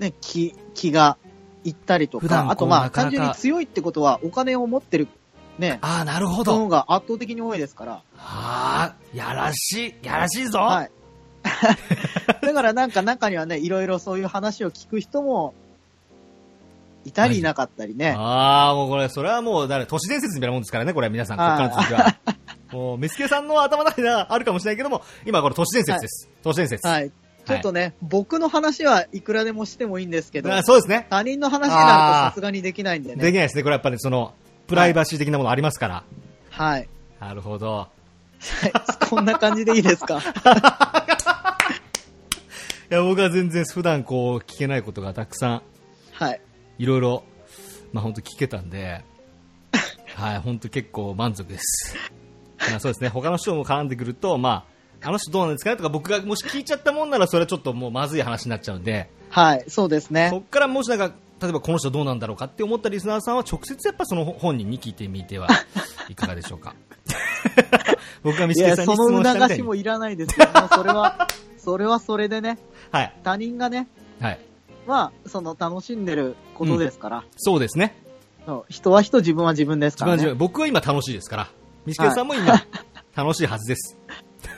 Speaker 3: う、ね、気、気がいったりと
Speaker 1: 普段こ
Speaker 3: か、
Speaker 1: う
Speaker 3: あとまあ
Speaker 1: なかなか
Speaker 3: 単純に強いってことはお金を持ってるね、
Speaker 1: ああ、なるほ
Speaker 3: 人の方
Speaker 1: ど。
Speaker 3: が圧倒的に多いですから。
Speaker 1: ああ、やらしい、やらしいぞ。
Speaker 3: はい。 だからなんか中にはね、いろいろそういう話を聞く人も、いたりいなかったりね。
Speaker 1: ああ、もうこれ、それはもう、だから都市伝説みたいなもんですからね、これは皆さん、こっからの続きは。もう、ミスケさんの頭の中にはあるかもしれないけども、今これ都市伝説です。都市伝説。
Speaker 3: はい。ちょっとね、僕の話はいくらでもしてもいいんですけど、
Speaker 1: あそうですね。
Speaker 3: 他人の話になるとさすがにできないんで
Speaker 1: でき
Speaker 3: ね。
Speaker 1: ないですね。これやっぱりその、プライバシー的なものありますから。
Speaker 3: はい。
Speaker 1: なるほど。
Speaker 3: こんな感じでいいですか
Speaker 1: いや、僕は全然普段こう、聞けないことがたくさん、
Speaker 3: はい。
Speaker 1: いろいろ、まあ本当聞けたん で、はい、本当結構満足です。まあそうですね、他の人も絡んでくると、まあ、あの人どうなんですかねとか僕がもし聞いちゃったもんならそれはちょっともうまずい話になっちゃうんで、
Speaker 3: はい、そうですね。
Speaker 1: そっからもしなんか、例えばこの人どうなんだろうかって思ったリスナーさんは直接やっぱその本人に聞いてみてはいかがでしょ うか。僕がミ
Speaker 3: い
Speaker 1: スケ
Speaker 3: や、
Speaker 1: さん
Speaker 3: そ
Speaker 1: に質問したみた
Speaker 3: の促
Speaker 1: い
Speaker 3: し
Speaker 1: に。
Speaker 3: もいらな いですよ。もうそれは、それはそれでね、
Speaker 1: はい。
Speaker 3: 他人がね、
Speaker 1: はい。
Speaker 3: まあ、その楽しんでることですから、
Speaker 1: そうですね。
Speaker 3: そう人は人、自分は自分です
Speaker 1: 一
Speaker 3: から
Speaker 1: 番重
Speaker 3: ね
Speaker 1: 要。僕は今楽しいですから。ミシケルさんも今、 楽しいはずです。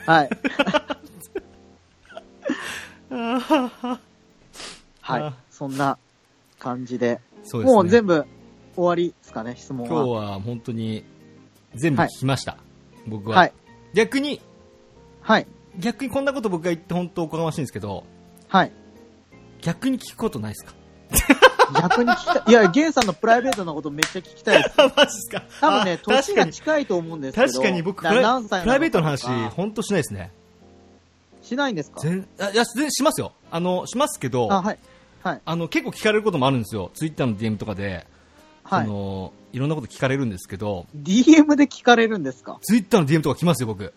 Speaker 3: はい。
Speaker 1: あ
Speaker 3: はい
Speaker 1: ー。
Speaker 3: そんな感じで。
Speaker 1: そうですね。
Speaker 3: もう全部終わりですかね、質問
Speaker 1: 今日
Speaker 3: は。
Speaker 1: は本当に、全部聞きました。僕は、
Speaker 3: はい。
Speaker 1: 逆に、
Speaker 3: はい。
Speaker 1: 逆にこんなこと僕が言って本当おこがましいんですけど、
Speaker 3: はい。
Speaker 1: 逆に聞くことないです か
Speaker 3: 逆に聞きたい。いや、ゲンさんのプライベートなことめっちゃ聞きたいです。
Speaker 1: マジですか
Speaker 3: 多分ね、
Speaker 1: あ
Speaker 3: 年
Speaker 1: 確か
Speaker 3: が
Speaker 1: に、
Speaker 3: 近いと思うんですけど。
Speaker 1: 確かに僕、プ
Speaker 3: な
Speaker 1: ライ
Speaker 3: 何歳
Speaker 1: プライベートの
Speaker 3: なと
Speaker 1: 話
Speaker 3: か、
Speaker 1: 本当しないですね。
Speaker 3: しないんですか
Speaker 1: 全、あいや、全しますよ。あの、しますけど、
Speaker 3: あ、
Speaker 1: あ
Speaker 3: はい。はい。
Speaker 1: の、結構聞かれることもあるんですよ。ツイッターの DM とかで、
Speaker 3: は
Speaker 1: そ
Speaker 3: い。
Speaker 1: の、いろんなこと聞かれるんですけど、
Speaker 3: DM で聞かれるんですか
Speaker 1: ツイッターの DM とか来ますよ、僕。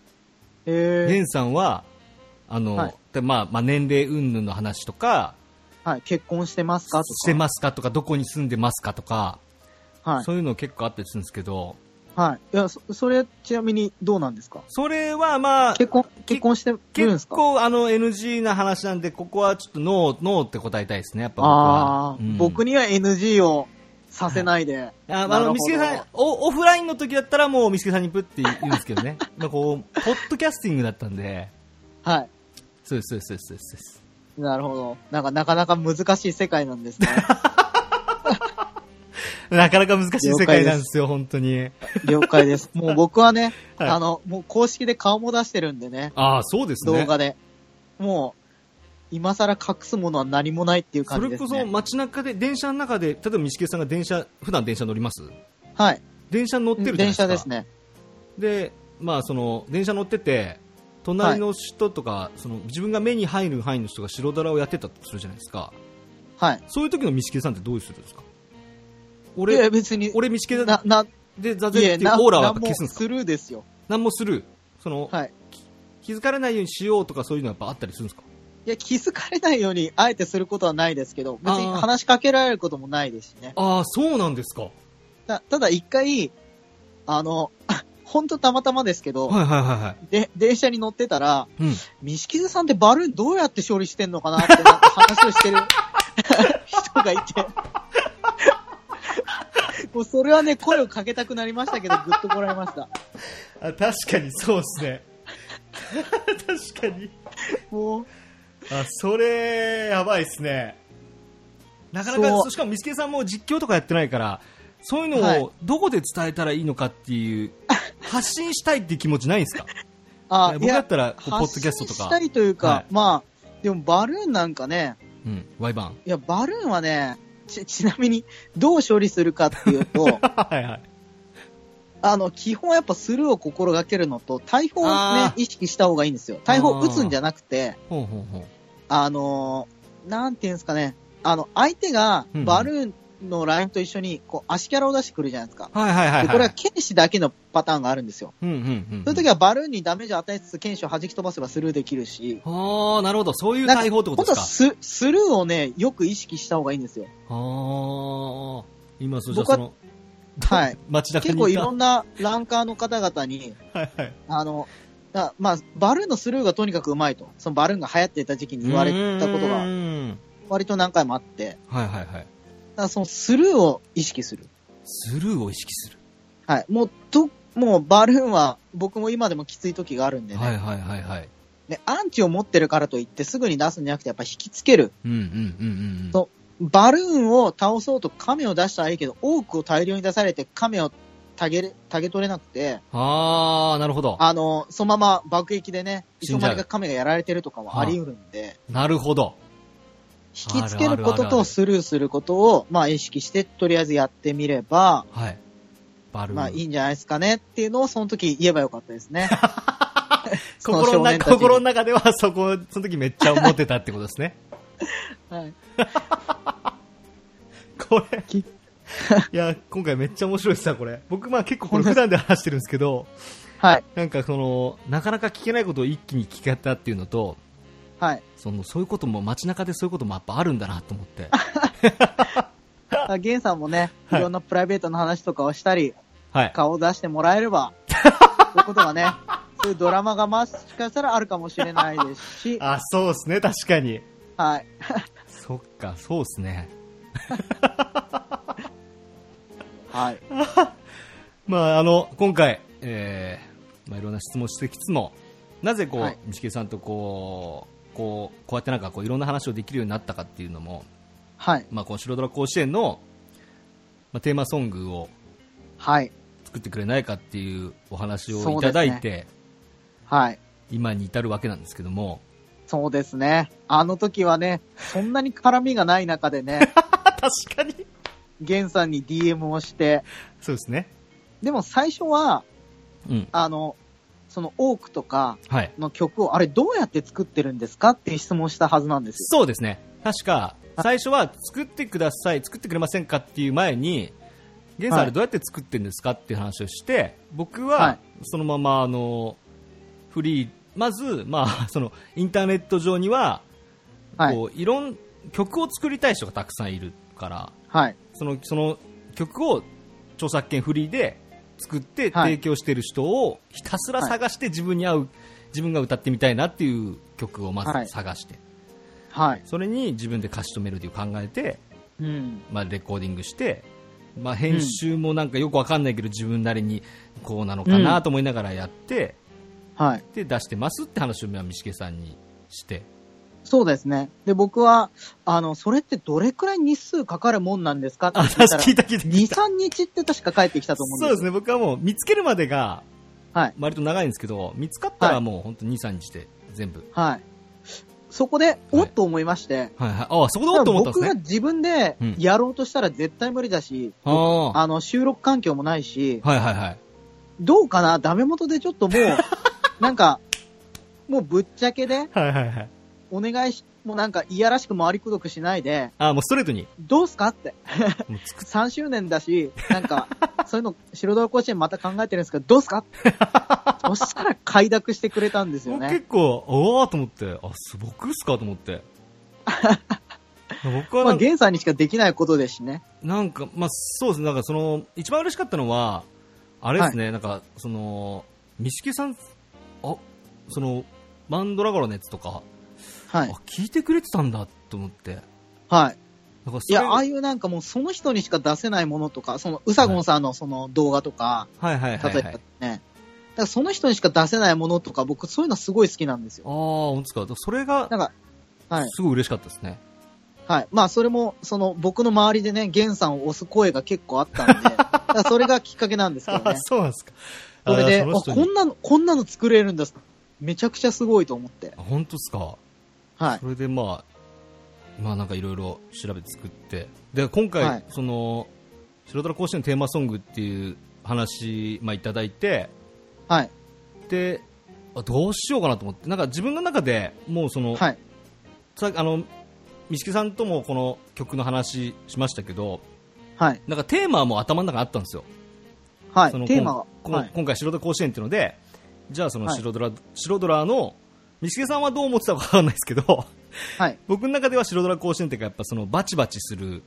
Speaker 3: え
Speaker 1: ゲンさんは、あの、
Speaker 3: はい
Speaker 1: でまあ、まあ、年齢云々の話とか、
Speaker 3: はい、結婚してますかとか。
Speaker 1: してますかとか、どこに住んでますかとか、
Speaker 3: はい。
Speaker 1: そういうの結構あったりするんですけど、
Speaker 3: はい。いや、そそれ、ちなみにどうなんですか
Speaker 1: それはまあ、
Speaker 3: 結婚、結婚してるんで
Speaker 1: 結
Speaker 3: すか
Speaker 1: 構あの NG な話なんで、ここはちょっとノー、ノーって答えたいですね、やっぱ僕は。
Speaker 3: ああ、
Speaker 1: うん
Speaker 3: 僕には NG をさせないで。
Speaker 1: ああ
Speaker 3: なる
Speaker 1: の、
Speaker 3: ほど
Speaker 1: みすけさん、オオフラインの時だったらもうみすけさんにプって言うんですけどね。 まあこう、ポッドキャスティングだったんで、
Speaker 3: はい。
Speaker 1: そうです、そうです、そうですそうです。
Speaker 3: なるほど。なんか、なかなか難しい世界なんで すね。
Speaker 1: なかなか難しい世界なんですよ、本当に。
Speaker 3: 了解です。もう僕はね、
Speaker 1: はい
Speaker 3: あの、もう公式で顔も出してるんでね、
Speaker 1: ああ、そうですね。
Speaker 3: 動画で。もう、今更隠すものは何もないっていう
Speaker 1: そ
Speaker 3: 感じ
Speaker 1: れ
Speaker 3: です
Speaker 1: こ
Speaker 3: ね。
Speaker 1: そ街中で、電車の中で、例えばみしけさんが電車、普段電車乗ります
Speaker 3: はい。
Speaker 1: 電車乗ってるじゃないで
Speaker 3: 電
Speaker 1: すか。
Speaker 3: 車ですね。
Speaker 1: で、まあ、その、電車乗ってて、隣の人とか、その自分が目に入る範囲の人が白だらをやってたとするじゃないですか。
Speaker 3: はい。
Speaker 1: そういう時のみしけさんってどうするんですか
Speaker 3: い
Speaker 1: 俺
Speaker 3: や、、別に、
Speaker 1: 俺みしけ
Speaker 3: な、な、
Speaker 1: で座
Speaker 3: い
Speaker 1: 禅
Speaker 3: え、
Speaker 1: っていう
Speaker 3: な、
Speaker 1: オーラはやっ
Speaker 3: な
Speaker 1: ぱ
Speaker 3: ん
Speaker 1: 消
Speaker 3: も
Speaker 1: すんですか
Speaker 3: スルーですよ。
Speaker 1: 何もするその、
Speaker 3: はい。
Speaker 1: 気づかれないようにしようとかそういうのはやっぱあったりするんですか
Speaker 3: いや、気づかれないように、あえてすることはないですけど、別に
Speaker 1: あー
Speaker 3: 話しかけられることもないですしね。
Speaker 1: ああ、そうなんですか。は
Speaker 3: たただ一回、あの、ほんとたまたまですけ
Speaker 1: い
Speaker 3: ど、
Speaker 1: はいはいは
Speaker 3: で、電車に乗ってたら、
Speaker 1: い。うん。
Speaker 3: ミシキズさんってバルーンどうやって勝利してんのかなってなんか話をしてる人がいて、もうそれはね、声をかけたくなりましたけど、ぐっとこらえました。
Speaker 1: あ確かにそうです ね。確かに。
Speaker 3: もう、
Speaker 1: あ、それ、やばいですね。なかな
Speaker 3: そ
Speaker 1: か、
Speaker 3: う
Speaker 1: そしかも、ミスケさんも実況とかやってないから、そういう
Speaker 3: は
Speaker 1: の
Speaker 3: い
Speaker 1: をどこで伝えたらいいのかって いう、発信したいっていう気持ちないんですか
Speaker 3: あ、
Speaker 1: 僕
Speaker 3: い
Speaker 1: だ
Speaker 3: や
Speaker 1: ったら、こうポッドキャストと
Speaker 3: 発信し
Speaker 1: か
Speaker 3: た、りというか、
Speaker 1: はい
Speaker 3: まあ、でもバルーンなんかね、
Speaker 1: うん、ワイバン。、
Speaker 3: いや、バルーンはね、ち、 ちなみに、どう処理するかっていう と
Speaker 1: はいはい。
Speaker 3: あの、基本はやっぱスルーを心がけるのと、大砲を
Speaker 1: あ
Speaker 3: ね、
Speaker 1: ー
Speaker 3: 意識した方がいいんですよ。大砲打つんじゃなくて、
Speaker 1: ほうほうほう。
Speaker 3: あのーなんていうんですかね、あの、相手が
Speaker 1: うんうん
Speaker 3: バルーンのラインと一緒に、こう、足キャラを出してくるじゃないですか。
Speaker 1: はいはいはい、は
Speaker 3: で
Speaker 1: い。
Speaker 3: これは剣士だけのパターンがあるんですよ。
Speaker 1: うんうんうん。
Speaker 3: そういう時はバルーンにダメージを与えつつ剣士を弾き飛ばせばスルーできるし、
Speaker 1: はあー、なるほど。そういう対法ってこ
Speaker 3: 本当
Speaker 1: とで
Speaker 3: は
Speaker 1: すか
Speaker 3: ススルーをね、よく意識した方がいいんですよ。
Speaker 1: はあ。今、そうじゃあ
Speaker 3: 僕は
Speaker 1: その、
Speaker 3: はい。
Speaker 1: 街中に
Speaker 3: 結構い
Speaker 1: た
Speaker 3: ろんなランカーの方々に、
Speaker 1: はいはい。
Speaker 3: あの、だまあ、バルーンのスルーがとにかくうまいと、そのバルーンが流行っていた時期に言われたこと
Speaker 1: う
Speaker 3: が、
Speaker 1: ーん
Speaker 3: 割と何回もあって、だか
Speaker 1: はいはいはい。
Speaker 3: らそのスルーを意識する。
Speaker 1: スルーを意識する。
Speaker 3: はい。もう、と、もうバルーンは、僕も今でもきつい時があるんでね、
Speaker 1: はいはいはいはい。
Speaker 3: で、アンチを持ってるからといってすぐに出すんじゃなくて、やっぱ引きつける。
Speaker 1: うんうんうんうんうん。
Speaker 3: そうバルーンを倒そうと亀を出したらいいけど、多くを大量に出されて亀をたげれ、たげ取れなくて、
Speaker 1: ああ、なるほど。
Speaker 3: あの、そのまま爆撃でね、いつの間
Speaker 1: 死ん
Speaker 3: に
Speaker 1: じゃう
Speaker 3: か亀がやられてるとかもあり得るんで、
Speaker 1: なるほど。
Speaker 3: 引きつけるこ
Speaker 1: あるあるあ
Speaker 3: と
Speaker 1: るある
Speaker 3: とスルーすることを、まあ、意識して、とりあえずやってみれば、
Speaker 1: はい。バルーン。
Speaker 3: まあ、いいんじゃないですかねっていうのを、その時言えばよかったです ね。その
Speaker 1: 心の
Speaker 3: 少年
Speaker 1: 中
Speaker 3: たちに
Speaker 1: 心の中ではそこ、その時めっちゃ思ってたってことですね。
Speaker 3: はい。
Speaker 1: これ
Speaker 3: き。
Speaker 1: いや、今回めっちゃ面白いですわ、これ。僕、まあ結構 これ普段で話してるんですけど、
Speaker 3: はい。
Speaker 1: なんかその、なかなか聞けないことを一気に聞けたっていうのと、
Speaker 3: はい
Speaker 1: その、そういうことも、街中でそういうこともやっぱあるんだなと思って。
Speaker 3: だから。ゲンさんもね、
Speaker 1: はい
Speaker 3: いろんなプライベートの話とかをしたり、
Speaker 1: はい。
Speaker 3: 顔を出してもらえ れば、そういうことがね、そういうドラマがもしかしたらあるかもしれないですし、
Speaker 1: あ、そうですね、確かに。
Speaker 3: はい。
Speaker 1: そっか、そうですね。
Speaker 3: はい。
Speaker 1: まあ、あの、今回、えー、まあ、いろんな質問してきつつも、なぜこう、
Speaker 3: はい
Speaker 1: 西木さんとこう、こう、こうやってなんかこう、いろんな話をできるようになったかっていうのも、
Speaker 3: はい。
Speaker 1: まあ、この白ドラ甲子園の、まあ、テーマソングを
Speaker 3: はい。
Speaker 1: 作ってくれないかっていうお話を
Speaker 3: そ
Speaker 1: いうた
Speaker 3: です
Speaker 1: だ
Speaker 3: ね
Speaker 1: いて、
Speaker 3: はい。
Speaker 1: 今に至るわけなんですけども、
Speaker 3: そうですね。あの時はね、そんなに絡みがない中で ね、
Speaker 1: 確かに。
Speaker 3: ゲンさんに DM をして、
Speaker 1: そうですね。
Speaker 3: でも最初は、
Speaker 1: うん。
Speaker 3: あの、そのオークとか
Speaker 1: はい。
Speaker 3: の曲を、あれどうやって作ってるんですかっていう質問をしたはずなんです
Speaker 1: そうですね。確か、最初は作ってください、作ってくれませんかっていう前に、ゲンさんあ
Speaker 3: は
Speaker 1: れ
Speaker 3: い
Speaker 1: どうやって作ってるんですかっていう話をして、僕
Speaker 3: は
Speaker 1: はいそのまま、あの、 フリー、まず、まあ、その、インターネット上には、
Speaker 3: よ。はい。
Speaker 1: こう、いろん曲を作りたい人がたくさんいるから、
Speaker 3: はい。
Speaker 1: そのその曲を著作権フリーで作って
Speaker 3: はい
Speaker 1: 提供してる人をひたすら探して自分に合う、自分が歌ってみたいなっていう曲をま
Speaker 3: はい
Speaker 1: ず探して、
Speaker 3: はい。
Speaker 1: それに自分で歌詞とメロディーを考えて、
Speaker 3: うん。
Speaker 1: まあ、レコーディングして、まあ、編集もなんかよくわかんないけど自分なりにこうなのかなと思いながらやって、
Speaker 3: はい。
Speaker 1: で出してますって話をまあ三重さんにして
Speaker 3: そうですね。で、僕は、あの、それってどれくらい日数かかるもんなんですかって
Speaker 1: あ
Speaker 3: 聞いたら、
Speaker 1: 聞いた聞いた聞
Speaker 3: 2、
Speaker 1: いた
Speaker 3: 3日って確か帰ってきたと思 うん
Speaker 1: そ
Speaker 3: で
Speaker 1: う
Speaker 3: す
Speaker 1: ですね僕はもう見つけるまでが
Speaker 3: はい。
Speaker 1: 割と長いんですけど見つかったらもう本当に23日で全部
Speaker 3: はい。そこで、おっと思いまして、
Speaker 1: はいはい。ああ、そこだと思ったん
Speaker 3: 僕
Speaker 1: です
Speaker 3: が
Speaker 1: ね。
Speaker 3: 自分でやろうとしたら絶対無理だし、
Speaker 1: ああ。は
Speaker 3: あの、収録環境もないし
Speaker 1: い、はいはい。
Speaker 3: どうかなダメ元でちょっとも う、なんか、もうぶっちゃけで、
Speaker 1: はいはいはい。
Speaker 3: お願いし、もうなんかいやらしく回りくどくしないで、
Speaker 1: ああ、もうストレートに。
Speaker 3: どうすかって。
Speaker 1: もう作っ
Speaker 3: 3周年だし、な んか、そういうの、白道甲子園また考えてるんですけど、どうすか って。そしたら快諾してくれたんですよ
Speaker 1: 僕
Speaker 3: ね
Speaker 1: 結。構、おおと思って、あ、す僕っすかと思って。 僕は
Speaker 3: ま
Speaker 1: な
Speaker 3: あ、
Speaker 1: んか、
Speaker 3: ゲンさんにしかできないことですしね。
Speaker 1: なんかまあ、そうですね。なんかその、一番嬉しかったのは、あれですね、なんか、その、三重さん、あ、その、マンドラゴラのやつとか、
Speaker 3: はい
Speaker 1: あ。、聞いてくれてたんだと思って。
Speaker 3: はい。
Speaker 1: なんかそ
Speaker 3: い
Speaker 1: れ
Speaker 3: や、ああいうなんかもうその人にしか出せないものとか、その、うさごんさんのその動画とか、
Speaker 1: はいはいは
Speaker 3: 例
Speaker 1: い、
Speaker 3: えば
Speaker 1: はい
Speaker 3: ね。。だからその人にしか出せないものとか、僕そういうのすごい好きなんです
Speaker 1: ああ、
Speaker 3: よ。
Speaker 1: 本当ですか。だからそれが
Speaker 3: な、んか、はい。
Speaker 1: すごい嬉しかったですね。
Speaker 3: はい。まあ、それも、その、僕の周りでね、ゲンさんを押す声が結構あっ たんで、だからそれがきっかけなんですけど
Speaker 1: あー。
Speaker 3: ね
Speaker 1: そうなんですか。
Speaker 3: それで、あ
Speaker 1: あーその人に
Speaker 3: こんなの、こんなの作れるんだ。めちゃくちゃすごいと思って。
Speaker 1: あ本当っすか、
Speaker 3: はい。
Speaker 1: それでまあまあなんかいろいろ調べて作ってで今回、
Speaker 3: はい
Speaker 1: その白虎甲子園のテーマソングっていう話、まあ、いただいて
Speaker 3: はい。
Speaker 1: であどうしようかなと思ってなんか自分の中でもうその、
Speaker 3: はい。
Speaker 1: さあの三木さんともこの曲の話しましたけど
Speaker 3: はい。
Speaker 1: なんかテーマはもう頭の中にあったんですよ、
Speaker 3: はい。
Speaker 1: その
Speaker 3: テーマ
Speaker 1: こん
Speaker 3: が。はい。
Speaker 1: 今回白虎甲子園っていうのでじゃあその
Speaker 3: はい
Speaker 1: 白虎、白虎の三木さんはどう思ってたかわかんないですけど
Speaker 3: はい。
Speaker 1: 僕の中では白ドラ甲子園っていうかやっぱそのバチバチする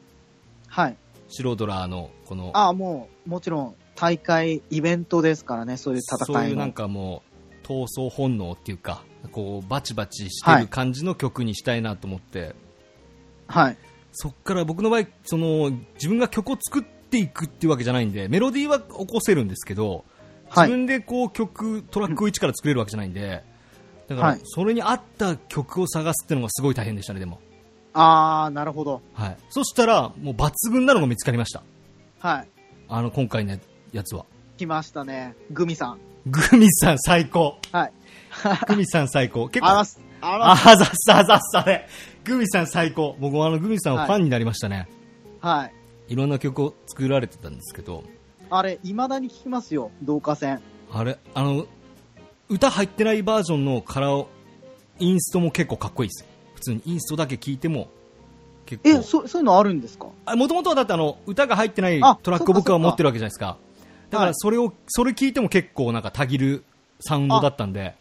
Speaker 3: はい。
Speaker 1: 白ドラのこの
Speaker 3: ああ、もう、もちろん、大会、イベントですからね、そういう戦いの。
Speaker 1: そういうなんかもう闘争本能っていうかこうバチバチして
Speaker 3: は
Speaker 1: る
Speaker 3: い
Speaker 1: 感じの曲にしたいなと思って、
Speaker 3: はい。
Speaker 1: そっから僕の場合その自分が曲を作っていくっていうわけじゃないんでメロディーは起こせるんですけど
Speaker 3: は
Speaker 1: 自
Speaker 3: い。
Speaker 1: 分でこう曲トラックを一から作れるわけじゃないんで、だか
Speaker 3: は
Speaker 1: ら
Speaker 3: い
Speaker 1: それに合った曲を探すっていうのがすごい大変でしたねでも、
Speaker 3: ああ、なるほど。
Speaker 1: はい、そしたらもう抜群なのが見つかりました
Speaker 3: はい。
Speaker 1: あの今回のやつは
Speaker 3: 来ましたね。グミさん。
Speaker 1: グミさん最高。
Speaker 3: はい。
Speaker 1: グミさん最高。結構。
Speaker 3: あ
Speaker 1: あ
Speaker 3: らす、あら
Speaker 1: あ
Speaker 3: す。
Speaker 1: ざっさあざっさで。グミさん最高。僕もあのグミさんは
Speaker 3: はい
Speaker 1: ファンになりましたね。い、
Speaker 3: はい。
Speaker 1: ろんな曲を作られてたんですけど、
Speaker 3: あれ、未だに聞きますよ、導火線。
Speaker 1: あれ、あの、歌入ってないバージョンのカラオ、インストも結構かっこいいですよ。普通にインストだけ聞いても、結
Speaker 3: え、
Speaker 1: 構。
Speaker 3: そ、そういうのあるんですか
Speaker 1: もともとはだってあの、歌が入ってない
Speaker 3: あ
Speaker 1: トラックを僕は
Speaker 3: そっかそっか
Speaker 1: 持ってるわけじゃないですか。だか
Speaker 3: は
Speaker 1: ら
Speaker 3: い
Speaker 1: それを、それ聞いても結構なんかたぎるサウンドだったんで。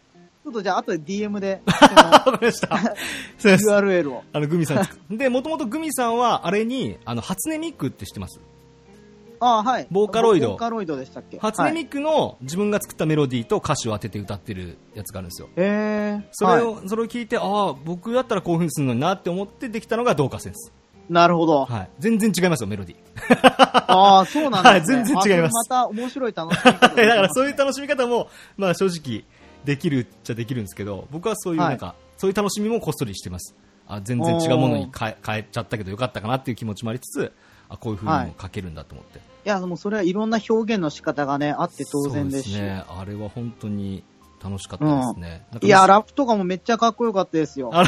Speaker 3: ちょっとじゃあ、後で DM で、
Speaker 1: わかりました。 そうです
Speaker 3: その URL を。
Speaker 1: あの、グミさん作っ。で、もともとグミさんは、あれに、あの、初音ミクって知ってます
Speaker 3: ああ、はい。
Speaker 1: ボーカロイド
Speaker 3: ボーカロイドでしたっけ
Speaker 1: 初音ミクの自分が作ったメロディーと歌詞を当てて歌ってるやつがあるんですよ。
Speaker 3: ク。えー。
Speaker 1: それを、
Speaker 3: はい
Speaker 1: それを聞いて、ああ、僕だったらこういう風にするのになって思ってできたのが同化線です。
Speaker 3: なるほど。
Speaker 1: はい。全然違いますよ、メロ ディー。
Speaker 3: ああ、そうなんです、ね。
Speaker 1: はい全然違います
Speaker 3: あそれまた面白い楽しみ方
Speaker 1: だからそう
Speaker 3: いう。
Speaker 1: いう楽しみ方も、まあ正直、できるっちゃできるんですけど、僕はそういう
Speaker 3: はい
Speaker 1: なんか、そういう楽しみもこっそりしてます。あ全然違うものに変え変えちゃったけどよかったかなっていう気持ちもありつつ、あこういう風にも書けるんだと思って。
Speaker 3: いや、でもそれはいろんな表現の仕方がね、あって当然ですし。
Speaker 1: そうね、あれは本当に楽しかったですね、なんか
Speaker 3: いや、ラップとかもめっちゃかっこよかったですよ
Speaker 1: あ。